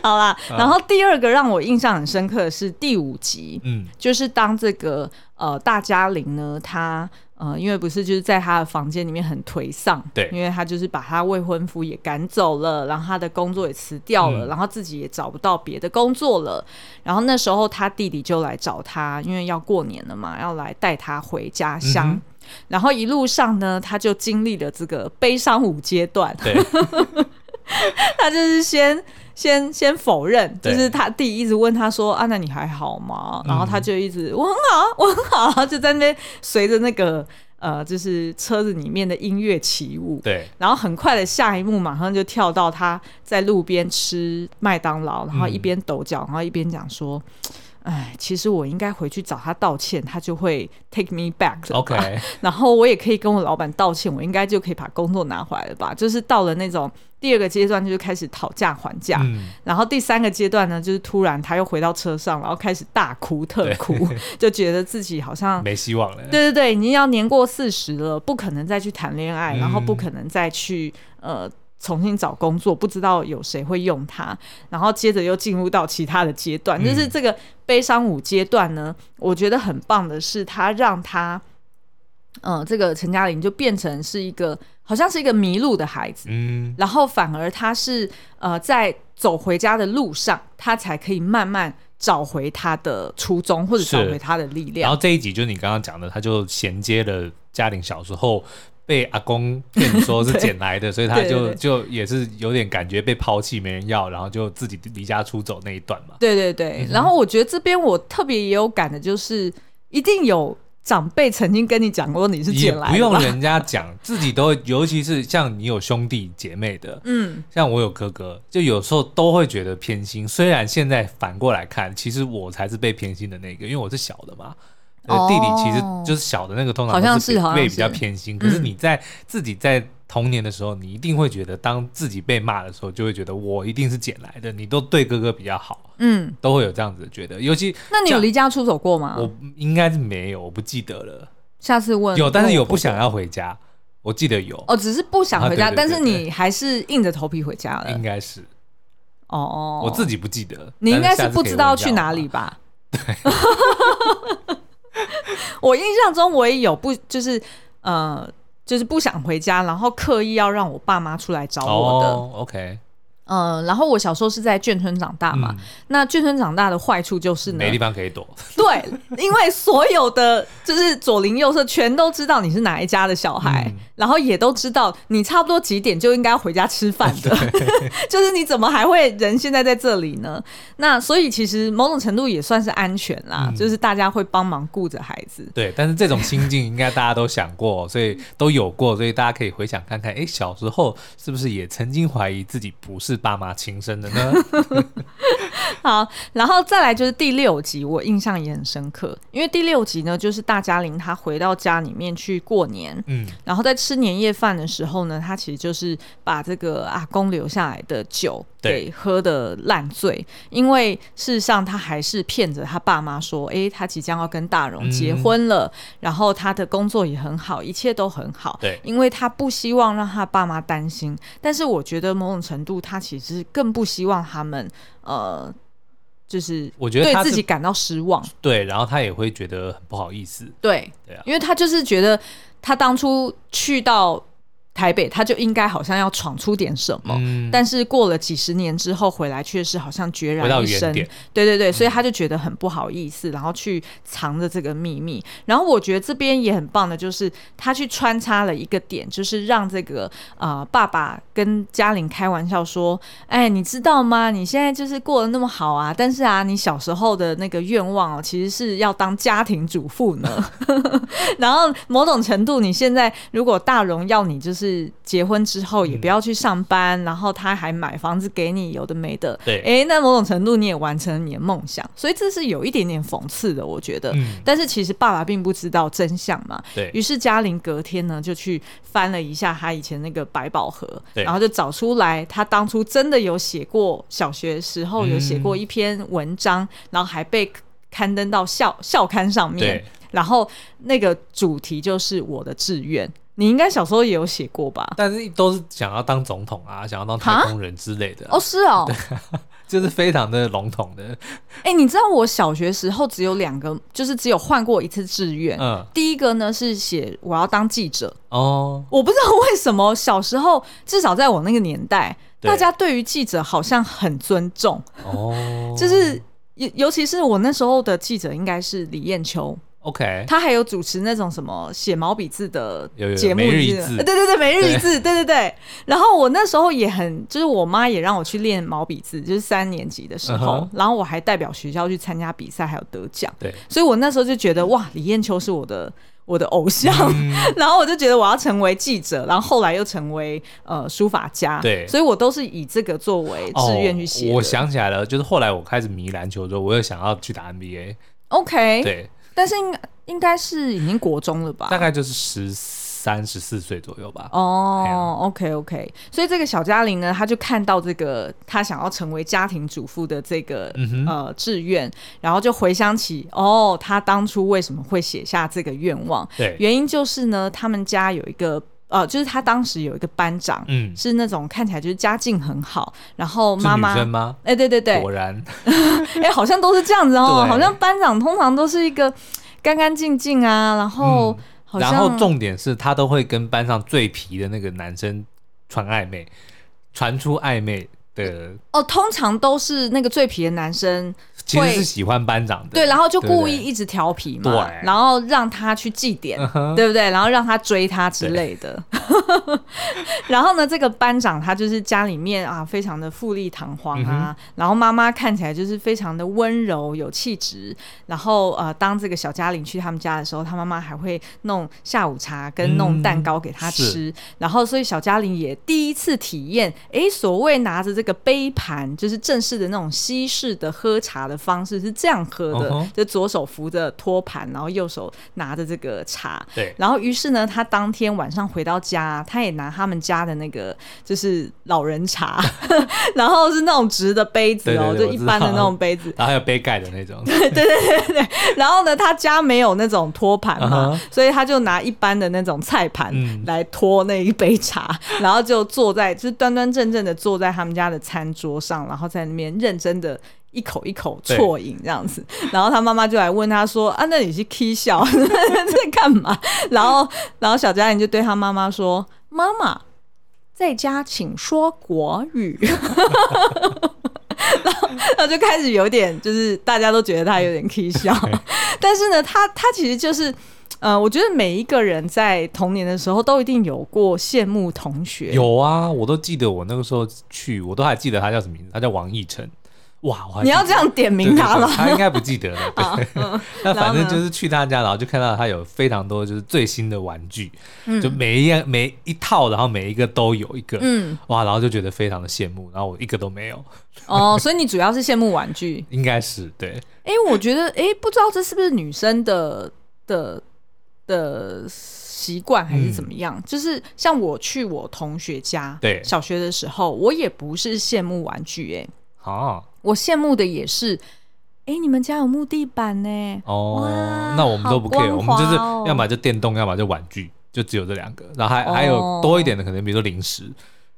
Speaker 1: 好啦，然后第二个让我印象很深刻的是第五集，
Speaker 2: 嗯，
Speaker 1: 就是当这个呃大嘉玲呢，她呃因为不是就是在她的房间里面很颓丧，
Speaker 2: 对
Speaker 1: 因为她就是把她未婚夫也赶走了，然后她的工作也辞掉了，
Speaker 2: 嗯
Speaker 1: 然后自己也找不到别的工作了，然后那时候她弟弟就来找她，因为要过年了嘛，要来带她回家乡。
Speaker 2: 嗯哼
Speaker 1: 然后一路上呢，她就经历了这个悲伤五阶段，
Speaker 2: 对，
Speaker 1: 他就是先先先否认，就
Speaker 2: 对嗯
Speaker 1: 是他弟一直问他说：“啊，那 你还好吗？”然后他就一直、我很好啊，我很好啊，就在那边随着那个。呃，就是车子里面的音乐起舞，
Speaker 2: 对，
Speaker 1: 然后很快的下一幕马上就跳到他在路边吃麦当
Speaker 2: 嗯
Speaker 1: 劳，然后一边抖脚，然后一边讲说。哎，其实我应该回去找他道歉，他就会 take me back 了吧
Speaker 2: OK，
Speaker 1: 然后我也可以跟我老板道歉，我应该就可以把工作拿回来了吧？就是到了那种第二个阶段，就是开始讨价还价，
Speaker 2: 嗯，
Speaker 1: 然后第三个阶段呢，就是突然他又回到车上，然后开始大哭特哭， 就觉得自己好像。
Speaker 2: 没希望了。
Speaker 1: 啊对对对，已经要年过四十了，不可能再去谈恋爱，
Speaker 2: 嗯
Speaker 1: 然后不可能再去呃重新找工作，不知道有谁会用它，然后接着又进入到其他的阶段，
Speaker 2: 嗯
Speaker 1: 就是这个悲伤五阶段呢，我觉得很棒的是，它让他，呃，这个陈嘉玲就变成是一个好像是一个迷路的孩子，
Speaker 2: 嗯，
Speaker 1: 然后反而他是呃在走回家的路上，他才可以慢慢找回他的初衷，或者
Speaker 2: 是
Speaker 1: 找回他的力
Speaker 2: 然
Speaker 1: 量
Speaker 2: 后。这一集就是你刚刚讲的，他就衔接了嘉玲小时候被阿公骗说是捡来的，所以他
Speaker 1: 对对
Speaker 2: 就
Speaker 1: 对
Speaker 2: 就也是有点感觉被抛弃，没人要，然后就自己离家出走那一段嘛。
Speaker 1: 对对
Speaker 2: 嗯
Speaker 1: 对，然后我觉得这边我特别也有感的就是，一定有长辈曾经跟你讲过你是
Speaker 2: 也
Speaker 1: 捡来
Speaker 2: 不
Speaker 1: 的
Speaker 2: 用
Speaker 1: 吧，
Speaker 2: 人家讲，自己都会，尤其是像你有兄弟姐妹的，
Speaker 1: 嗯，
Speaker 2: 像我有哥哥，就有时候都会觉得偏心。虽然现在反过来看，其实我才是被偏心的那个，因为我是小的嘛。呃，
Speaker 1: 哦
Speaker 2: 弟弟其实就是小的那个，通常
Speaker 1: 好像
Speaker 2: 都
Speaker 1: 是
Speaker 2: 被
Speaker 1: 好像
Speaker 2: 被
Speaker 1: 是
Speaker 2: 比较偏心。可是
Speaker 1: 嗯
Speaker 2: 你在自己在童年的时候，你一定会觉得，当自己被骂的时候，就会觉得我一定是捡来的，你都对哥哥比较好，
Speaker 1: 嗯，
Speaker 2: 都会有这样子的觉得。尤其
Speaker 1: 那你有离家出走过吗？
Speaker 2: 嗯我应该是没有，我不记得了。
Speaker 1: 下次问
Speaker 2: 有，但是有不
Speaker 1: 问
Speaker 2: 想要回家，我记得有，
Speaker 1: 呃我哦，只是不想回家，
Speaker 2: 啊对对
Speaker 1: 但
Speaker 2: 对
Speaker 1: 是你还是硬着头皮回家了
Speaker 2: 应。该是
Speaker 1: 哦哦，
Speaker 2: 我自己不记得。
Speaker 1: 你应该是
Speaker 2: 但下次
Speaker 1: 不
Speaker 2: 可以
Speaker 1: 知道
Speaker 2: 问一下
Speaker 1: 去哪
Speaker 2: 好吗
Speaker 1: 里吧？ 我印象中我也有不就是呃就是不想回家，然后刻意要让我爸妈出来找我的。
Speaker 2: 哦，OK，
Speaker 1: 嗯、然后我小时候是在眷村长大嘛，那眷村长大的坏处就是呢
Speaker 2: 嗯没，地方可以躲。
Speaker 1: 对，因为所有的就是左邻右舍全都知道你是哪一家的小孩，
Speaker 2: 嗯
Speaker 1: 然后也都知道你差不多几点就应该回家吃饭 的， 就是你怎么还会人现在在这里呢？那所以其实某种程度也算是安全啦，
Speaker 2: 嗯
Speaker 1: 就是大家会帮忙顾着孩子。
Speaker 2: 对，但是这种心境应该大家都想过，所以都有过，所以大家可以回想看看，哎，小时候是不是也曾经怀疑自己不是爸妈亲生的 呢？
Speaker 1: 好，然后再来就是第六集，我印象也很深刻，因为第六集呢，就是大嘉玲她回到家里面去过年，
Speaker 2: 嗯，
Speaker 1: 然后在吃年夜饭的时候呢，他其实就是把这个阿公留下来的酒
Speaker 2: 对
Speaker 1: 给喝的烂醉，因为事实上他还是骗着他爸妈说，诶，他即将要跟大荣结
Speaker 2: 嗯
Speaker 1: 婚了，然后他的工作也很好，一切都很好，
Speaker 2: 对，
Speaker 1: 因为他不希望让他爸妈担心，但是我觉得某种程度他其实更不希望他们呃，就是
Speaker 2: 我觉得
Speaker 1: 对
Speaker 2: 他
Speaker 1: 自己
Speaker 2: 是
Speaker 1: 感到失望，
Speaker 2: 对，然后他也会觉得很不好意思。
Speaker 1: 对，
Speaker 2: 对啊
Speaker 1: 因为他就是觉得他当初去到台北，他就应该好像要闯出点什么。
Speaker 2: 嗯，
Speaker 1: 但是过了几十年之后回来，却是好像决
Speaker 2: 回到
Speaker 1: 然一
Speaker 2: 原
Speaker 1: 身。
Speaker 2: 点，
Speaker 1: 对对对，所以他就觉得很不好意思，然后去藏着这个秘密。然后我觉得这边也很棒的，就是他去穿插了一个点，就是让这个呃爸爸跟嘉玲开玩笑说：“哎，你知道吗？你现在就是过得那么好啊，但是啊，你小时候的那个愿望哦，其实是要当家庭主妇 呢。 然后某种程度，你现在如果大荣要你就是结婚之后也不
Speaker 2: 嗯
Speaker 1: 要去上班，然后他还买房子给你，有的没的，
Speaker 2: 对，
Speaker 1: 诶，那某种程度你也完成了你的梦想，所以这是有一点点讽刺的，我觉得。
Speaker 2: 嗯，
Speaker 1: 但是其实爸爸并不知道真相嘛，于
Speaker 2: 对，
Speaker 1: 是嘉玲隔天呢就去翻了一下她以前那个百宝盒，
Speaker 2: 对
Speaker 1: 然后就找出来她当初真的有写过，小学时候有写过一篇文章，然后还被刊登到校校刊上面
Speaker 2: 对，，
Speaker 1: 然后那个主题就是我的志愿，你应该小时候也有写过吧？
Speaker 2: 但是都是想要当总统啊，想要当太空人之类的啊，
Speaker 1: 哦，是哦，
Speaker 2: 就是非常的笼统的，
Speaker 1: 哎、你知道我小学时候只有两个，就是只有换过一次志愿。
Speaker 2: 嗯，
Speaker 1: 第一个呢是写我要当记者，
Speaker 2: 哦，
Speaker 1: 我不知道为什么小时候，至少在我那个年代，
Speaker 2: 对
Speaker 1: 大家对于记者好像很尊重，
Speaker 2: 哦，
Speaker 1: 就是尤尤其是我那时候的记者应该是李艳秋，
Speaker 2: OK，
Speaker 1: 他还有主持那种什么写毛笔字的
Speaker 2: 有有有
Speaker 1: 节目，
Speaker 2: 每日
Speaker 1: 你记
Speaker 2: 一
Speaker 1: 得
Speaker 2: 字
Speaker 1: 呃对对对，每日一字，对对对。然后我那时候也很，就是我妈也让我去练毛笔字，就是三年级的时候
Speaker 2: 嗯哼
Speaker 1: 然后我还代表学校去参加比赛，还有得奖，
Speaker 2: 对，
Speaker 1: 所以我那时候就觉得哇，李艳秋是我的。我的偶像，
Speaker 2: 嗯
Speaker 1: 然后我就觉得我要成为记者，然后后来又成为呃书法家，
Speaker 2: 对
Speaker 1: 所以我都是以这个作为志愿去写的、
Speaker 2: 哦。我想起来了，就是后来我开始迷篮球之后，我又想要去打 NBA，
Speaker 1: OK，
Speaker 2: 对，
Speaker 1: 但是应应该是已经国中了吧？
Speaker 2: 大概就是十三、十四岁左右吧。哎呀
Speaker 1: 哦、o k OK，所以这个小嘉玲呢，她就看到这个她想要成为家庭主妇的这个、
Speaker 2: 嗯
Speaker 1: 呃志愿，然后就回想起哦，她当初为什么会写下这个愿望？
Speaker 2: 对，
Speaker 1: 原因就是呢，他们家有一个呃，就是她当时有一个班长。
Speaker 2: 嗯，
Speaker 1: 是那种看起来就是家境很好，然后
Speaker 2: 是
Speaker 1: 妈
Speaker 2: 女
Speaker 1: 妈
Speaker 2: 生吗？
Speaker 1: 哎、对对对，
Speaker 2: 果然，
Speaker 1: 哎、好像都是这样子哦，
Speaker 2: 对
Speaker 1: 好像班长通常都是一个干干净净啊，然后
Speaker 2: 嗯
Speaker 1: 好像、
Speaker 2: 然后重点是他都会跟班上最皮的那个男生传暧昧，传出暧昧的，
Speaker 1: 哦，通常都是那个最皮的男生，
Speaker 2: 其实
Speaker 1: 会
Speaker 2: 是喜欢班长的。
Speaker 1: 对，然后就
Speaker 2: 对不
Speaker 1: 故意
Speaker 2: 对
Speaker 1: 一直调皮嘛，
Speaker 2: 对嗯
Speaker 1: 然后让他去祭奠，对不对？然后让他追他之类的。 然后呢，这个班长他就是家里面啊，非常的富丽堂皇
Speaker 2: 嗯
Speaker 1: 啊，然后妈妈看起来就是非常的温柔有气质。然后呃，当这个小嘉玲去他们家的时候，他妈妈还会弄下午茶跟弄蛋糕给他
Speaker 2: 嗯
Speaker 1: 吃。
Speaker 2: 是
Speaker 1: 然后，所以小嘉玲也第一次体验，诶，所谓拿着这个杯盘，就是正式的那种西式的喝茶的方式是这样喝的
Speaker 2: 嗯哼
Speaker 1: 就左手扶着托盘，然后右手拿着这个茶。
Speaker 2: 对
Speaker 1: 然后，于是呢，她当天晚上回到家，她也拿他们家的那个就是老人茶， 然后是那种直的杯子哦，
Speaker 2: 对对对
Speaker 1: 就一
Speaker 2: 我
Speaker 1: 般的
Speaker 2: 知道
Speaker 1: 那种杯子。
Speaker 2: 然后还有杯盖的那种，
Speaker 1: 然后呢，他家没有那种托盘嘛
Speaker 2: 嗯哼
Speaker 1: 所以他就拿一般的那种菜盘
Speaker 2: 嗯
Speaker 1: 来托那一杯茶，然后就坐在就是端端正正的坐在他们家的餐桌上，然后在那边认真的。一口一口
Speaker 2: 对
Speaker 1: 啜饮这样子，然后他妈妈就来问他说：“啊，那你是 K 笑 在干嘛？”然后，然后小佳玲就对他妈妈说：“妈妈，在家请说国 语。”然后就开始有点，就是大家都觉得他有点 K 笑，但是呢，他他其实就是，呃，我觉得每一个人在童年的时候都一定有过羡慕同学，
Speaker 2: 有啊，我都记得我那个时候去，我都还记得他叫什么名字，他叫王奕晨。哇，我还
Speaker 1: 你要
Speaker 2: 记得
Speaker 1: 这样点
Speaker 2: 对
Speaker 1: 名
Speaker 2: 对
Speaker 1: 他
Speaker 2: 对
Speaker 1: 吗？哦嗯
Speaker 2: 他应该不记得了。 对， 那
Speaker 1: 然后
Speaker 2: 反正
Speaker 1: 呢
Speaker 2: 就是去他家，然后就看到他有非常多就是最新的玩具，就每一样每一套，然后每一个都有一个，
Speaker 1: 嗯，
Speaker 2: 哇，然后就觉得非常的羡慕，然后我一个都没有，
Speaker 1: 哦，所以你主要是羡慕玩具。
Speaker 2: 应该是对，
Speaker 1: 哎、我觉得，哎、不知道这是不是女生的的的习惯还是怎么样？就是像我去我同学家，
Speaker 2: 嗯对
Speaker 1: 小学的时候，我也不是羡慕玩具、哎，
Speaker 2: 啊，
Speaker 1: 我羡慕的也是，哎、你们家有木地板呢、
Speaker 2: 哦
Speaker 1: 哇，
Speaker 2: 那我们都不 care，、
Speaker 1: 好光滑哦
Speaker 2: 我们就是要么就电动，要么就玩具。就只有这两个，然后还、
Speaker 1: 哦
Speaker 2: 还有多一点的，可能比如说零食，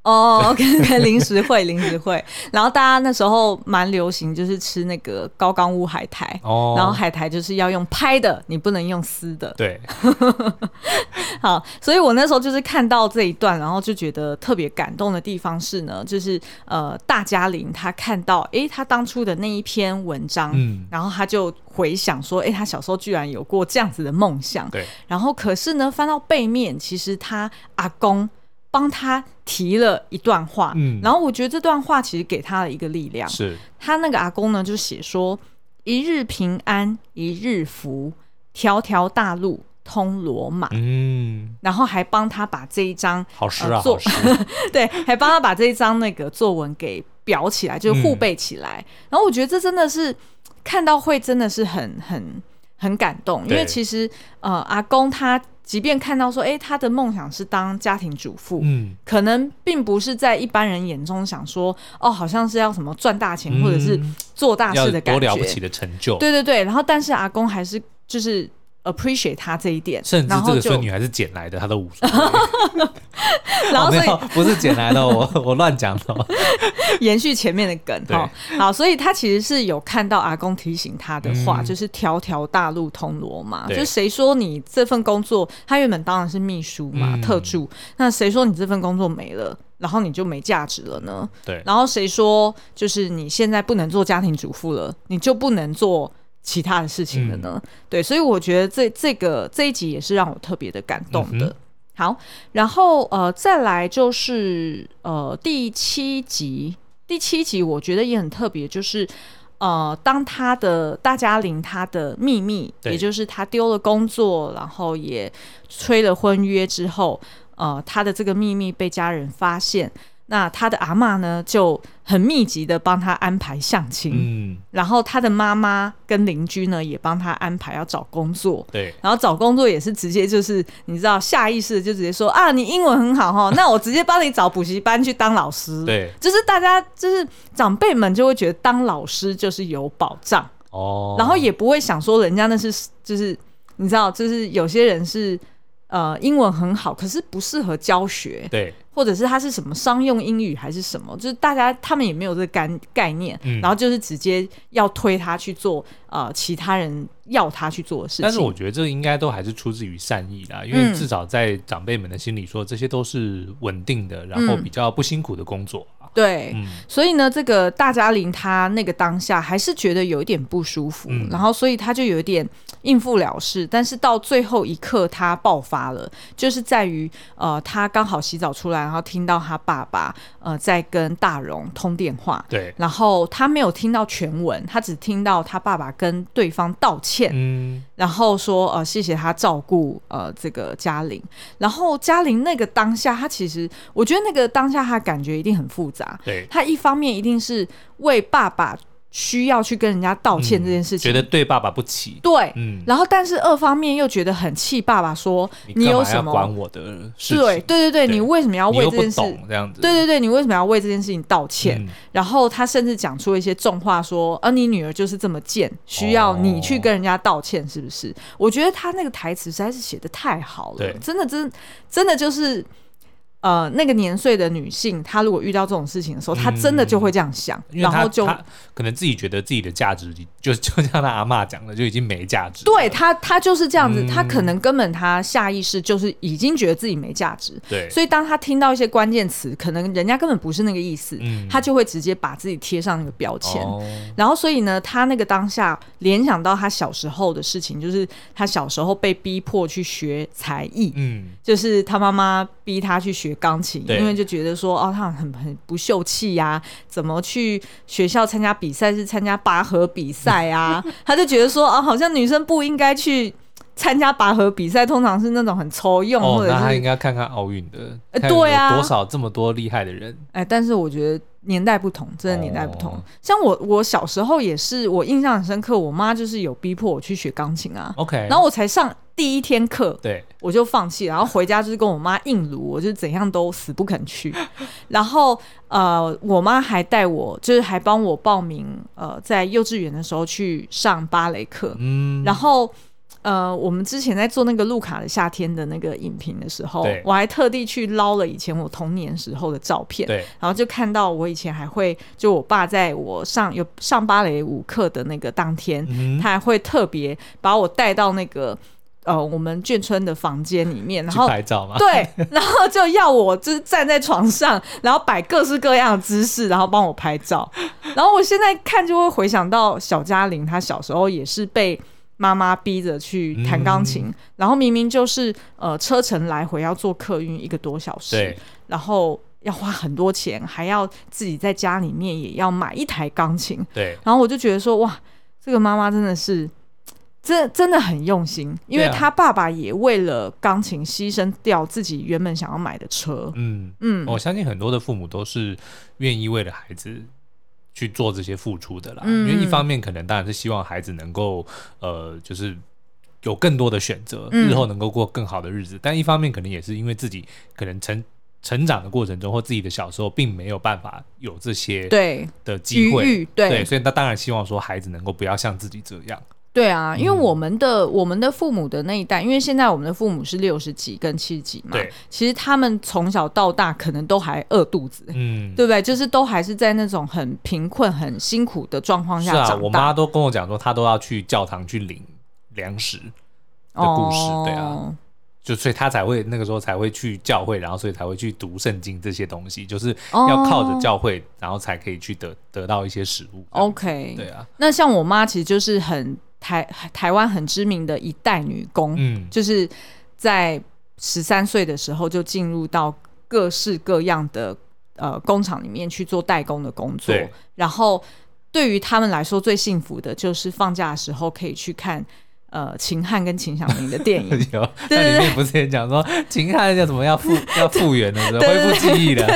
Speaker 1: 哦，OK，临时会，临时会。 然后大家那时候蛮流行，就是吃那个高冈屋海苔。
Speaker 2: 哦，
Speaker 1: 然后海苔就是要用拍的，你不能用撕的。
Speaker 2: 对，
Speaker 1: 好，所以我那时候就是看到这一段，然后就觉得特别感动的地方是呢，就是呃，大嘉玲她看到，诶，她当初的那一篇文章，
Speaker 2: 嗯，
Speaker 1: 然后她就回想说，诶，她小时候居然有过这样子的梦想。
Speaker 2: 对，
Speaker 1: 然后可是呢，翻到背面，其实她阿公帮她提了一段话，
Speaker 2: 嗯
Speaker 1: 然后我觉得这段话其实给她了一个力量。
Speaker 2: 是，
Speaker 1: 他那个阿公呢，就写说：“一日平安，一日福，条条大路通罗马。
Speaker 2: 嗯，
Speaker 1: 然后还帮他把这一张
Speaker 2: 好吃
Speaker 1: 呃
Speaker 2: 啊，
Speaker 1: 做
Speaker 2: 好吃，
Speaker 1: 对，还帮他把这一张那个作文给裱起来，
Speaker 2: 嗯
Speaker 1: 就是互背起来。然后我觉得这真的是看到会真的是很很很感动，因为
Speaker 2: 对
Speaker 1: 其实呃，阿公他即便看到说，哎，他的梦想是当家庭主妇，
Speaker 2: 嗯，
Speaker 1: 可能并不是在一般人眼中想说，哦，好像是要什么赚大钱、
Speaker 2: 嗯
Speaker 1: 或者是做 大
Speaker 2: 要
Speaker 1: 事的感
Speaker 2: 多
Speaker 1: 觉，
Speaker 2: 了不起的成就，
Speaker 1: 对对对。然后，但是阿公还是就是 appreciate 他这一点，
Speaker 2: 甚至
Speaker 1: 然
Speaker 2: 这
Speaker 1: 后
Speaker 2: 个
Speaker 1: 就
Speaker 2: 孙女还是捡来的，她都无所 谓。
Speaker 1: 然后所
Speaker 2: 哦没
Speaker 1: 以，
Speaker 2: 有 不是捡来的，我 我乱讲 的哦。
Speaker 1: 延续前面的梗
Speaker 2: 对
Speaker 1: 哈、好，所以他其实是有看到阿公提醒他的话，
Speaker 2: 嗯
Speaker 1: 就是条条大路通罗马，就
Speaker 2: 对
Speaker 1: 是谁说你这份工作，他原本当然是秘书嘛、
Speaker 2: 嗯
Speaker 1: 特助，那谁说你这份工作没了，然后你就没价值了呢？
Speaker 2: 对，
Speaker 1: 然后谁说就是你现在不能做家庭主妇了，你就不能做其他的事情了呢？
Speaker 2: 嗯
Speaker 1: 对，所以我觉得这这个这一集也是让我特别的感动的。
Speaker 2: 嗯哼
Speaker 1: 好，然后呃，再来就是呃第七集，第七集我觉得也很特别，就是呃，当他的大家领他的秘密，
Speaker 2: 对
Speaker 1: 也就是他丢了工作，然后也吹了婚约之后，呃，他的这个秘密被家人发现，那他的阿嬷呢就很密集的帮他安排相亲。
Speaker 2: 嗯，
Speaker 1: 然后他的妈妈跟邻居呢，也帮他安排要找工作，
Speaker 2: 对，
Speaker 1: 然后找工作也是直接就是你知道下意识地就直接说啊，你英文很好哈，那我直接帮你找补习班去当老师。，
Speaker 2: 对，
Speaker 1: 就是大家就是长辈们就会觉得当老师就是有保障，
Speaker 2: 哦，
Speaker 1: 然后也不会想说人家那是就是你知道，就是有些人是呃英文很好，可是不适合教学，
Speaker 2: 对，
Speaker 1: 或者是他是什么商用英语还是什么，就是大家他们也没有这个概概念，
Speaker 2: 嗯
Speaker 1: 然后就是直接要推他去做呃其他人要他去做的事情。
Speaker 2: 但是我觉得这应该都还是出自于善意啦，因
Speaker 1: 嗯
Speaker 2: 为至少在长辈们的心里说，这些都是稳定的，然后
Speaker 1: 嗯
Speaker 2: 比较不辛苦的工作啊。
Speaker 1: 对，
Speaker 2: 嗯，
Speaker 1: 所以呢，这个大嘉玲她那个当下还是觉得有一点不舒服，
Speaker 2: 嗯
Speaker 1: 然后所以她就有一点呃应付了事。但是到最后一刻，她爆发了，就是在于呃，她刚好洗澡出来，然后听到她爸爸呃在跟大荣通电话，
Speaker 2: 对，
Speaker 1: 然后她没有听到全文，她只听到她爸爸跟对方道歉，
Speaker 2: 嗯，
Speaker 1: 然后说呃谢谢他照顾呃这个嘉玲，然后嘉玲那个当下，她其实我觉得那个当下她感觉一定很复杂，
Speaker 2: 对，
Speaker 1: 她一方面一定是为爸爸需要去跟人家道歉这件事情，
Speaker 2: 嗯觉得对爸爸不起，
Speaker 1: 对，
Speaker 2: 嗯，
Speaker 1: 然后但是二方面又觉得很气爸爸说
Speaker 2: 干
Speaker 1: 有
Speaker 2: 嘛
Speaker 1: 什
Speaker 2: 要管
Speaker 1: 么
Speaker 2: 我的事情？
Speaker 1: 对对对对，
Speaker 2: 对
Speaker 1: 你为什么要
Speaker 2: 你
Speaker 1: 为
Speaker 2: 又
Speaker 1: 这
Speaker 2: 不
Speaker 1: 件事？
Speaker 2: 懂这样子，
Speaker 1: 对对对，你为什么要为这件事情道歉？
Speaker 2: 嗯
Speaker 1: 然后他甚至讲出一些重话说，啊，你女儿就是这么贱，需要你去跟人家道歉，是不是？我觉得他那个台词实在是写的太好了
Speaker 2: 对，
Speaker 1: 真的真真的就是。呃，那个年岁的女性，她如果遇到这种事情的时候，她真的就会这样想，
Speaker 2: 嗯因为
Speaker 1: 然
Speaker 2: 他
Speaker 1: 后就
Speaker 2: 他可能自己觉得自己的价值已，就就像他阿嬷讲的，就已经没价值了。
Speaker 1: 对她，她就是这样子，
Speaker 2: 嗯
Speaker 1: 她可能根本她下意识就是已经觉得自己没价值，
Speaker 2: 对，
Speaker 1: 所以当她听到一些关键词，可能人家根本不是那个意思，
Speaker 2: 嗯
Speaker 1: 她就会直接把自己贴上那个标签。
Speaker 2: 哦
Speaker 1: 然后所以呢，他那个当下联想到他小时候的事情，就是他小时候被逼迫去学才艺。
Speaker 2: 嗯，
Speaker 1: 就是他妈妈逼他去学钢琴，
Speaker 2: 对
Speaker 1: 因为就觉得说，哦，他很很不秀气呀、怎么去学校参加比赛是参加拔河比赛 啊？他就觉得说，哦，好像女生不应该去参加拔河比赛，通常是那种很抽用、
Speaker 2: 哦
Speaker 1: 或，者
Speaker 2: 那他
Speaker 1: 是
Speaker 2: 应该看看奥运的，
Speaker 1: 呃
Speaker 2: 看有
Speaker 1: 对啊
Speaker 2: 多少这么多厉害的人，
Speaker 1: 哎，但是我觉得年代不同，真的年代不同。
Speaker 2: 哦
Speaker 1: 像我，我小时候也是，我印象很深刻，我妈就是有逼迫我去学钢琴啊，
Speaker 2: OK，
Speaker 1: 然后我才上第一天课
Speaker 2: 对，
Speaker 1: 我就放弃，然后回家就是跟我妈硬撸，我就怎样都死不肯去。然后呃，我妈还带我，就是还帮我报名呃，在幼稚园的时候去上芭蕾课，
Speaker 2: 嗯，
Speaker 1: 然后。呃，我们之前在做那个路卡的夏天的那个影评的时候
Speaker 2: 对，
Speaker 1: 我还特地去捞了以前我童年时候的照片，
Speaker 2: 对，
Speaker 1: 然后就看到我以前还会，就我爸在我上有上芭蕾舞课的那个当天，
Speaker 2: 嗯
Speaker 1: 他还会特别把我带到那个呃我们眷村的房间里面，然
Speaker 2: 去
Speaker 1: 后。
Speaker 2: 拍照嘛，
Speaker 1: 对， 然后就要我就是站在床上，然后摆各式各样的姿势，然后帮我拍照。然后我现在看就会回想到小嘉玲，她小时候也是被妈妈逼着去弹钢琴，
Speaker 2: 嗯
Speaker 1: 然后明明就是呃车程来回要坐客运一个多小时，
Speaker 2: 对，
Speaker 1: 然后要花很多钱，还要自己在家里面也要买一台钢琴。
Speaker 2: 对，
Speaker 1: 然后我就觉得说，哇，这个妈妈真的是，真真的很用心，因为
Speaker 2: 对啊
Speaker 1: 她爸爸也为了钢琴牺牲掉自己原本想要买的车。
Speaker 2: 嗯，
Speaker 1: 嗯，
Speaker 2: 我相信很多的父母都是愿意为了孩子。去做这些付出的啦，
Speaker 1: 嗯
Speaker 2: 因为一方面可能当然是希望孩子能够，呃，就是有更多的选择，
Speaker 1: 嗯
Speaker 2: 日后能够过更好的日子。但一方面可能也是因为自己可能成成长的过程中，或自己的小时候并没有办法有这些
Speaker 1: 对，
Speaker 2: 的机
Speaker 1: 余
Speaker 2: 会，
Speaker 1: 裕，对
Speaker 2: 对，所以他当然希望说孩子能够不要像自己这样，
Speaker 1: 对啊，因为
Speaker 2: 嗯
Speaker 1: 我们的、我们的父母的那一代，因为现在我们的父母是六十几跟七十几嘛，
Speaker 2: 对，
Speaker 1: 其实他们从小到大可能都还饿肚子，
Speaker 2: 嗯，
Speaker 1: 对不对？就是都还是在那种很贫困、很辛苦的状况
Speaker 2: 是
Speaker 1: 下
Speaker 2: 啊，
Speaker 1: 长
Speaker 2: 我
Speaker 1: 大。
Speaker 2: 妈都跟我讲说，她都要去教堂去领粮食，的故事对啊
Speaker 1: 哦
Speaker 2: 就所以她才会那个时候才会去教会，然后所以才会去读圣经这些东西，就是
Speaker 1: 哦
Speaker 2: 要靠着教会，然后才可以去得得到一些食物。
Speaker 1: OK，
Speaker 2: 对啊，
Speaker 1: 那像我妈其实就是很。台台湾很知名的一代女工，
Speaker 2: 嗯，
Speaker 1: 就是在十三岁的时候就进入到各式各样的呃工厂里面去做代工的工作
Speaker 2: 对，
Speaker 1: 然后对于他们来说最幸福的就是放假的时候可以去看呃秦汉跟秦祥林的电 影。
Speaker 2: 有，
Speaker 1: 对对
Speaker 2: 那里面不是也讲说秦汉要怎么 要复要复原的时候，
Speaker 1: 对对
Speaker 2: 恢复记 忆的，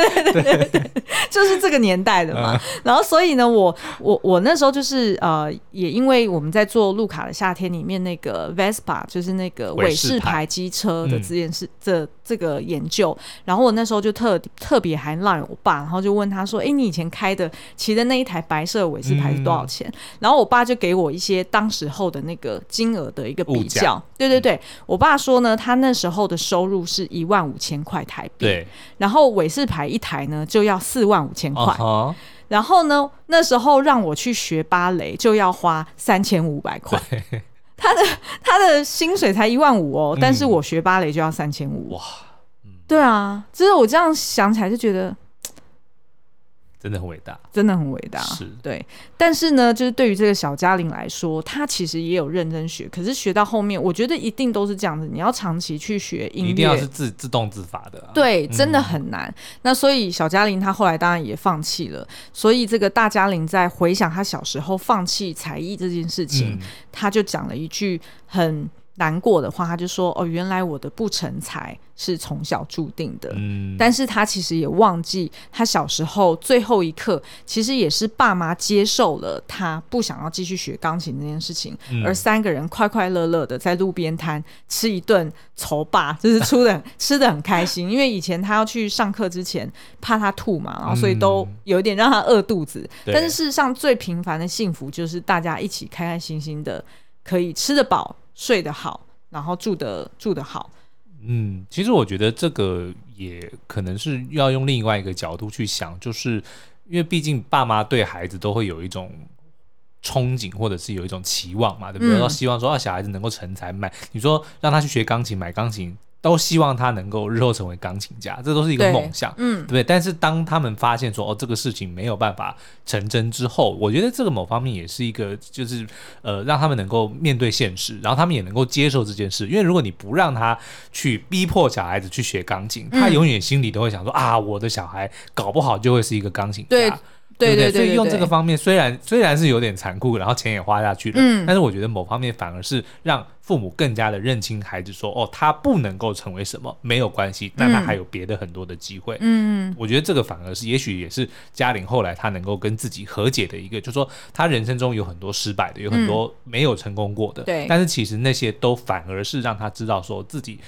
Speaker 1: 就是这个年代的嘛。
Speaker 2: 嗯
Speaker 1: 然后所以呢，我我我那时候就是呃，也因为我们在做《路卡的夏天》里面那个 Vespa，就是那个
Speaker 2: 韦
Speaker 1: 韦
Speaker 2: 氏
Speaker 1: 氏
Speaker 2: 牌嗯
Speaker 1: 牌机车的这件事，这这个研究，然后我那时候就特特别还让我爸，然后就问他说：“哎，你以前开的骑的那一台白色的韦氏牌是多少钱？”
Speaker 2: 嗯
Speaker 1: 然后我爸就给我一些当时候的那个金额的一个
Speaker 2: 物
Speaker 1: 比
Speaker 2: 价
Speaker 1: 较。对对对，我爸说呢，他那时候的收入是一万五千块台币。
Speaker 2: 对，
Speaker 1: 然后韦氏牌一台呢就要四万五千块
Speaker 2: 哦，哈，
Speaker 1: 然后呢，那时候让我去学芭蕾就要花三千五百块，他的他的薪水才一万五哦，但是我学芭蕾就要三千五，
Speaker 2: 嗯哇，嗯
Speaker 1: 对啊，就是我这样想起来就觉得
Speaker 2: 真的很伟大，
Speaker 1: 真的很伟大，
Speaker 2: 是
Speaker 1: 对，啊但是呢，就是对于这个小嘉玲来说，她其实也有认真学，可是学到后面，我觉得一定都是这样子，你要长期去学音
Speaker 2: 你
Speaker 1: 乐，
Speaker 2: 一定要是自自动自发的啊，
Speaker 1: 对，真的很难。那所以小嘉玲她后来当然也放弃了。所以这个大嘉玲在回想她小时候放弃才艺这件事情
Speaker 2: 嗯，，
Speaker 1: 她、就讲了一句很难过的话，她就说：“哦，原来我的不成才是从小注定的。
Speaker 2: 嗯，
Speaker 1: 但是她其实也忘记，她小时候最后一刻，其实也是爸妈接受了她不想要继续学钢琴这件事情，
Speaker 2: 嗯
Speaker 1: 而三个人快快乐乐的在路边摊吃一顿愁霸，就是出的吃的很开心。因为以前他要去上课之前怕他吐嘛，然后所以都
Speaker 2: 嗯
Speaker 1: 有一点让他饿肚子。
Speaker 2: 对
Speaker 1: 但是事实上，最平凡的幸福就是大家一起开开心心的，可以吃得饱、睡得好，然后住得住得好。
Speaker 2: 嗯，其实我觉得这个也可能是要用另外一个角度去想，就是因为毕竟爸妈对孩子都会有一种憧憬，或者是有一种期望嘛，对不对？
Speaker 1: 嗯
Speaker 2: 都希望说啊，小孩子能够成才，买你说让他去学钢琴，买钢琴，都希望他能够日后成为钢琴家，这都是一个
Speaker 1: 对
Speaker 2: 梦想。
Speaker 1: 嗯
Speaker 2: 对，不对？但是当他们发现说哦，这个事情没有办法成真之后，我觉得这个某方面也是一个，就是呃，让他们能够面对现实，然后他们也能够接受这件事。因为如果你不让他去逼迫小孩子去学钢琴，他
Speaker 1: 嗯
Speaker 2: 永远心里都会想说啊，我的小孩搞不好就会是一个钢琴家。
Speaker 1: 对
Speaker 2: 对
Speaker 1: 对对对
Speaker 2: 不所以
Speaker 1: 对
Speaker 2: 用这
Speaker 1: 对
Speaker 2: 个方面，虽然虽然是有点残酷，然后钱也花下去了，
Speaker 1: 嗯
Speaker 2: 但是我觉得某方面反而是让父母更加的认清孩子说，哦，他不能够成为什么没有关系，但他还有别的很多的机会。
Speaker 1: 嗯，
Speaker 2: 我觉得这个反而是，也许也是嘉玲后来她能够跟自己和解的一个，就是说她人生中有很多失败的，有很多没有成功过
Speaker 1: 嗯
Speaker 2: 的，
Speaker 1: 对
Speaker 2: 但是其实那些都反而是让她知道说自己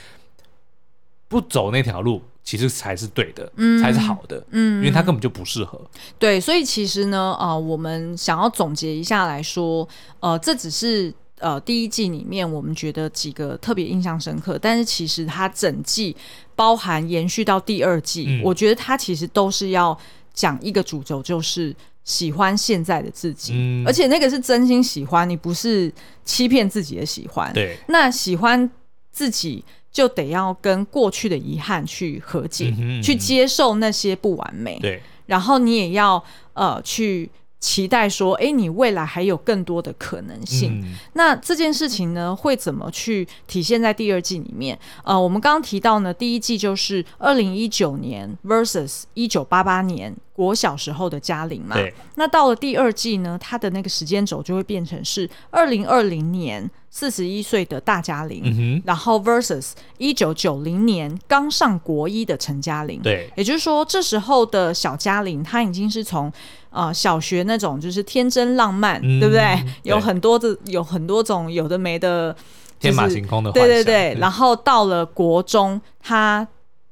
Speaker 2: 不走那条路，其实才是对的，
Speaker 1: 嗯
Speaker 2: 才是好的，
Speaker 1: 嗯
Speaker 2: 因为她根本就不适 合。
Speaker 1: 对，所以其实呢，呃，我们想要总结一下来说，呃，这只是呃第一季里面我们觉得几个特别印象深刻，但是其实它整季包含延续到第二季，
Speaker 2: 嗯
Speaker 1: 我觉得它其实都是要讲一个主轴，就是喜欢现在的自己，
Speaker 2: 嗯
Speaker 1: 而且那个是真心喜欢，你不是欺骗自己的喜欢。
Speaker 2: 对，
Speaker 1: 那喜欢自己就得要跟过去的遗憾去和解
Speaker 2: 嗯，哼
Speaker 1: 去
Speaker 2: 嗯哼
Speaker 1: 接受那些不完美。
Speaker 2: 对，
Speaker 1: 然后你也要呃去期待说，诶，你未来还有更多的可能性。
Speaker 2: 嗯
Speaker 1: 那这件事情呢，会怎么去体现在第二季里面？呃，我们刚刚提到呢，第一季就是二零一九年 versus 一九八八年国小时候的嘉玲嘛。
Speaker 2: 对，
Speaker 1: 那到了第二季呢，它的那个时间轴就会变成是二零二零年四十一岁的大嘉玲，
Speaker 2: 嗯哼，
Speaker 1: 然后 versus 一九九零年刚上国一的陈嘉玲。
Speaker 2: 对，
Speaker 1: 也就是说，这时候的小嘉玲，她已经是从呃小学那种就是天真浪漫，
Speaker 2: 嗯
Speaker 1: 对不对？
Speaker 2: 对
Speaker 1: 有很多的有很多种有的没的，
Speaker 2: 天马
Speaker 1: 就是
Speaker 2: 行空的幻
Speaker 1: 对
Speaker 2: 想，嗯
Speaker 1: 对对。然后到了国中，她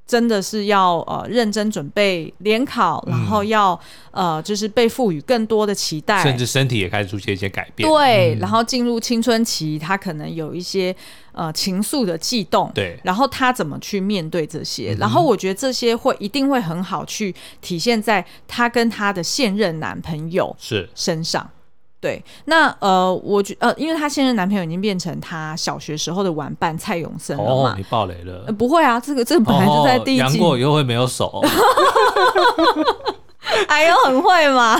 Speaker 1: 真的是要呃认真准备联考，
Speaker 2: 嗯
Speaker 1: 然后要、呃就是被赋予更多的期待，
Speaker 2: 甚至身体也开始出现一些改变，
Speaker 1: 对，然后进入青春期，他可能有一些呃情愫的悸动，
Speaker 2: 对嗯
Speaker 1: 然后他怎么去面对这些？然后我觉得这些会一定会很好去体现在他跟他的现任男朋友
Speaker 2: 是，
Speaker 1: 身上。对，那呃，我觉呃，因为她现任男朋友已经变成她小学时候的玩伴蔡永森了
Speaker 2: 哦
Speaker 1: 嘛，，呃
Speaker 2: 你爆雷了
Speaker 1: 呃。不会啊，这个这个本来就在第一
Speaker 2: 哦
Speaker 1: 季
Speaker 2: 杨过又会没有手，
Speaker 1: 哎呦，很会嘛。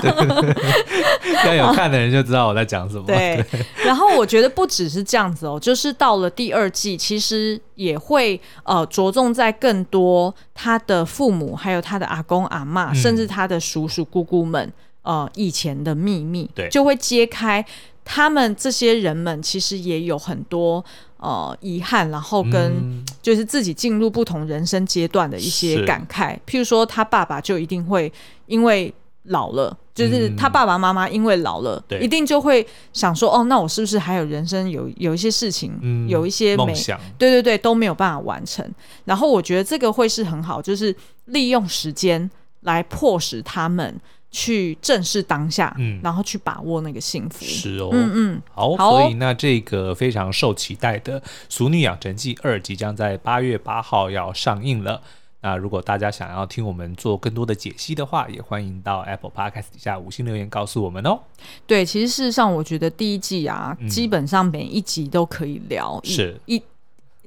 Speaker 2: 要有看的人就知道我在讲什么。
Speaker 1: 对， 然后我觉得不只是这样子哦，就是到了第二季，其实也会呃着重在更多他的父母，还有他的阿公阿嬷，
Speaker 2: 嗯
Speaker 1: 甚至他的叔叔姑姑们，呃以前的秘密，
Speaker 2: 对
Speaker 1: 就会揭开他们这些人们其实也有很多呃遗憾，然后跟、
Speaker 2: 嗯
Speaker 1: 就是自己进入不同人生阶段的一些
Speaker 2: 是
Speaker 1: 感慨，譬如说他爸爸就一定会因为老了，就是
Speaker 2: 嗯
Speaker 1: 他爸爸妈妈因为老了，
Speaker 2: 对
Speaker 1: 一定就会想说，哦，那我是不是还有人生有有一些事情，
Speaker 2: 嗯
Speaker 1: 有一些美
Speaker 2: 梦，想，
Speaker 1: 对对对，都没有办法完成。然后我觉得这个会是很好，就是利用时间来迫使他们去正视当下，
Speaker 2: 嗯
Speaker 1: 然后去把握那个幸福。
Speaker 2: 是哦，
Speaker 1: 嗯嗯，
Speaker 2: 好，
Speaker 1: 好哦
Speaker 2: 所以那这个非常受期待的《俗女养成记二》即将在八月八号要上映了。那如果大家想要听我们做更多的解析的话，也欢迎到 Apple Podcast 底下五星留言告诉我们哦。
Speaker 1: 对，其实事实上，我觉得第一季啊，
Speaker 2: 嗯
Speaker 1: 基本上每一集都可以聊，一
Speaker 2: 是
Speaker 1: 一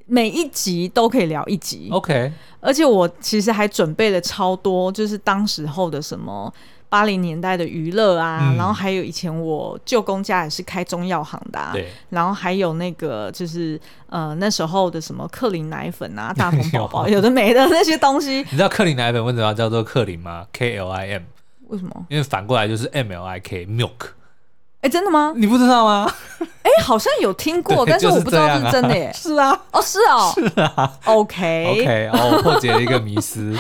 Speaker 1: 每一集都可以聊一集，
Speaker 2: OK，
Speaker 1: 而且我其实还准备了超多，就是当时候的什么。八零年代的娱乐啊，
Speaker 2: 嗯
Speaker 1: 然后还有以前我舅公家也是开中药行的、啊，
Speaker 2: 对，
Speaker 1: 然后还有那个就是呃那时候的什么克林奶粉 啊、大同宝宝
Speaker 2: 有
Speaker 1: 有的没的那些东西，
Speaker 2: 你知道克林奶粉为什么要叫做克林吗？K L I M，
Speaker 1: 为什么？
Speaker 2: 因为反过来就是 M L I K milk，
Speaker 1: 哎，真的吗？
Speaker 2: 你不知道吗？
Speaker 1: 哎，好像有听过，
Speaker 2: 对
Speaker 1: 但是
Speaker 2: 就是
Speaker 1: 我不知道 这是真的耶。
Speaker 2: 是啊
Speaker 1: 哦，是哦， 是啊，OK，
Speaker 2: ，OK，哦，破解了一个迷 思。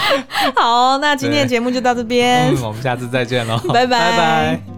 Speaker 1: 好，那今天的
Speaker 2: 对
Speaker 1: 节目就到这边
Speaker 2: 嗯，，我们下次再见喽，
Speaker 1: 拜
Speaker 2: 拜拜。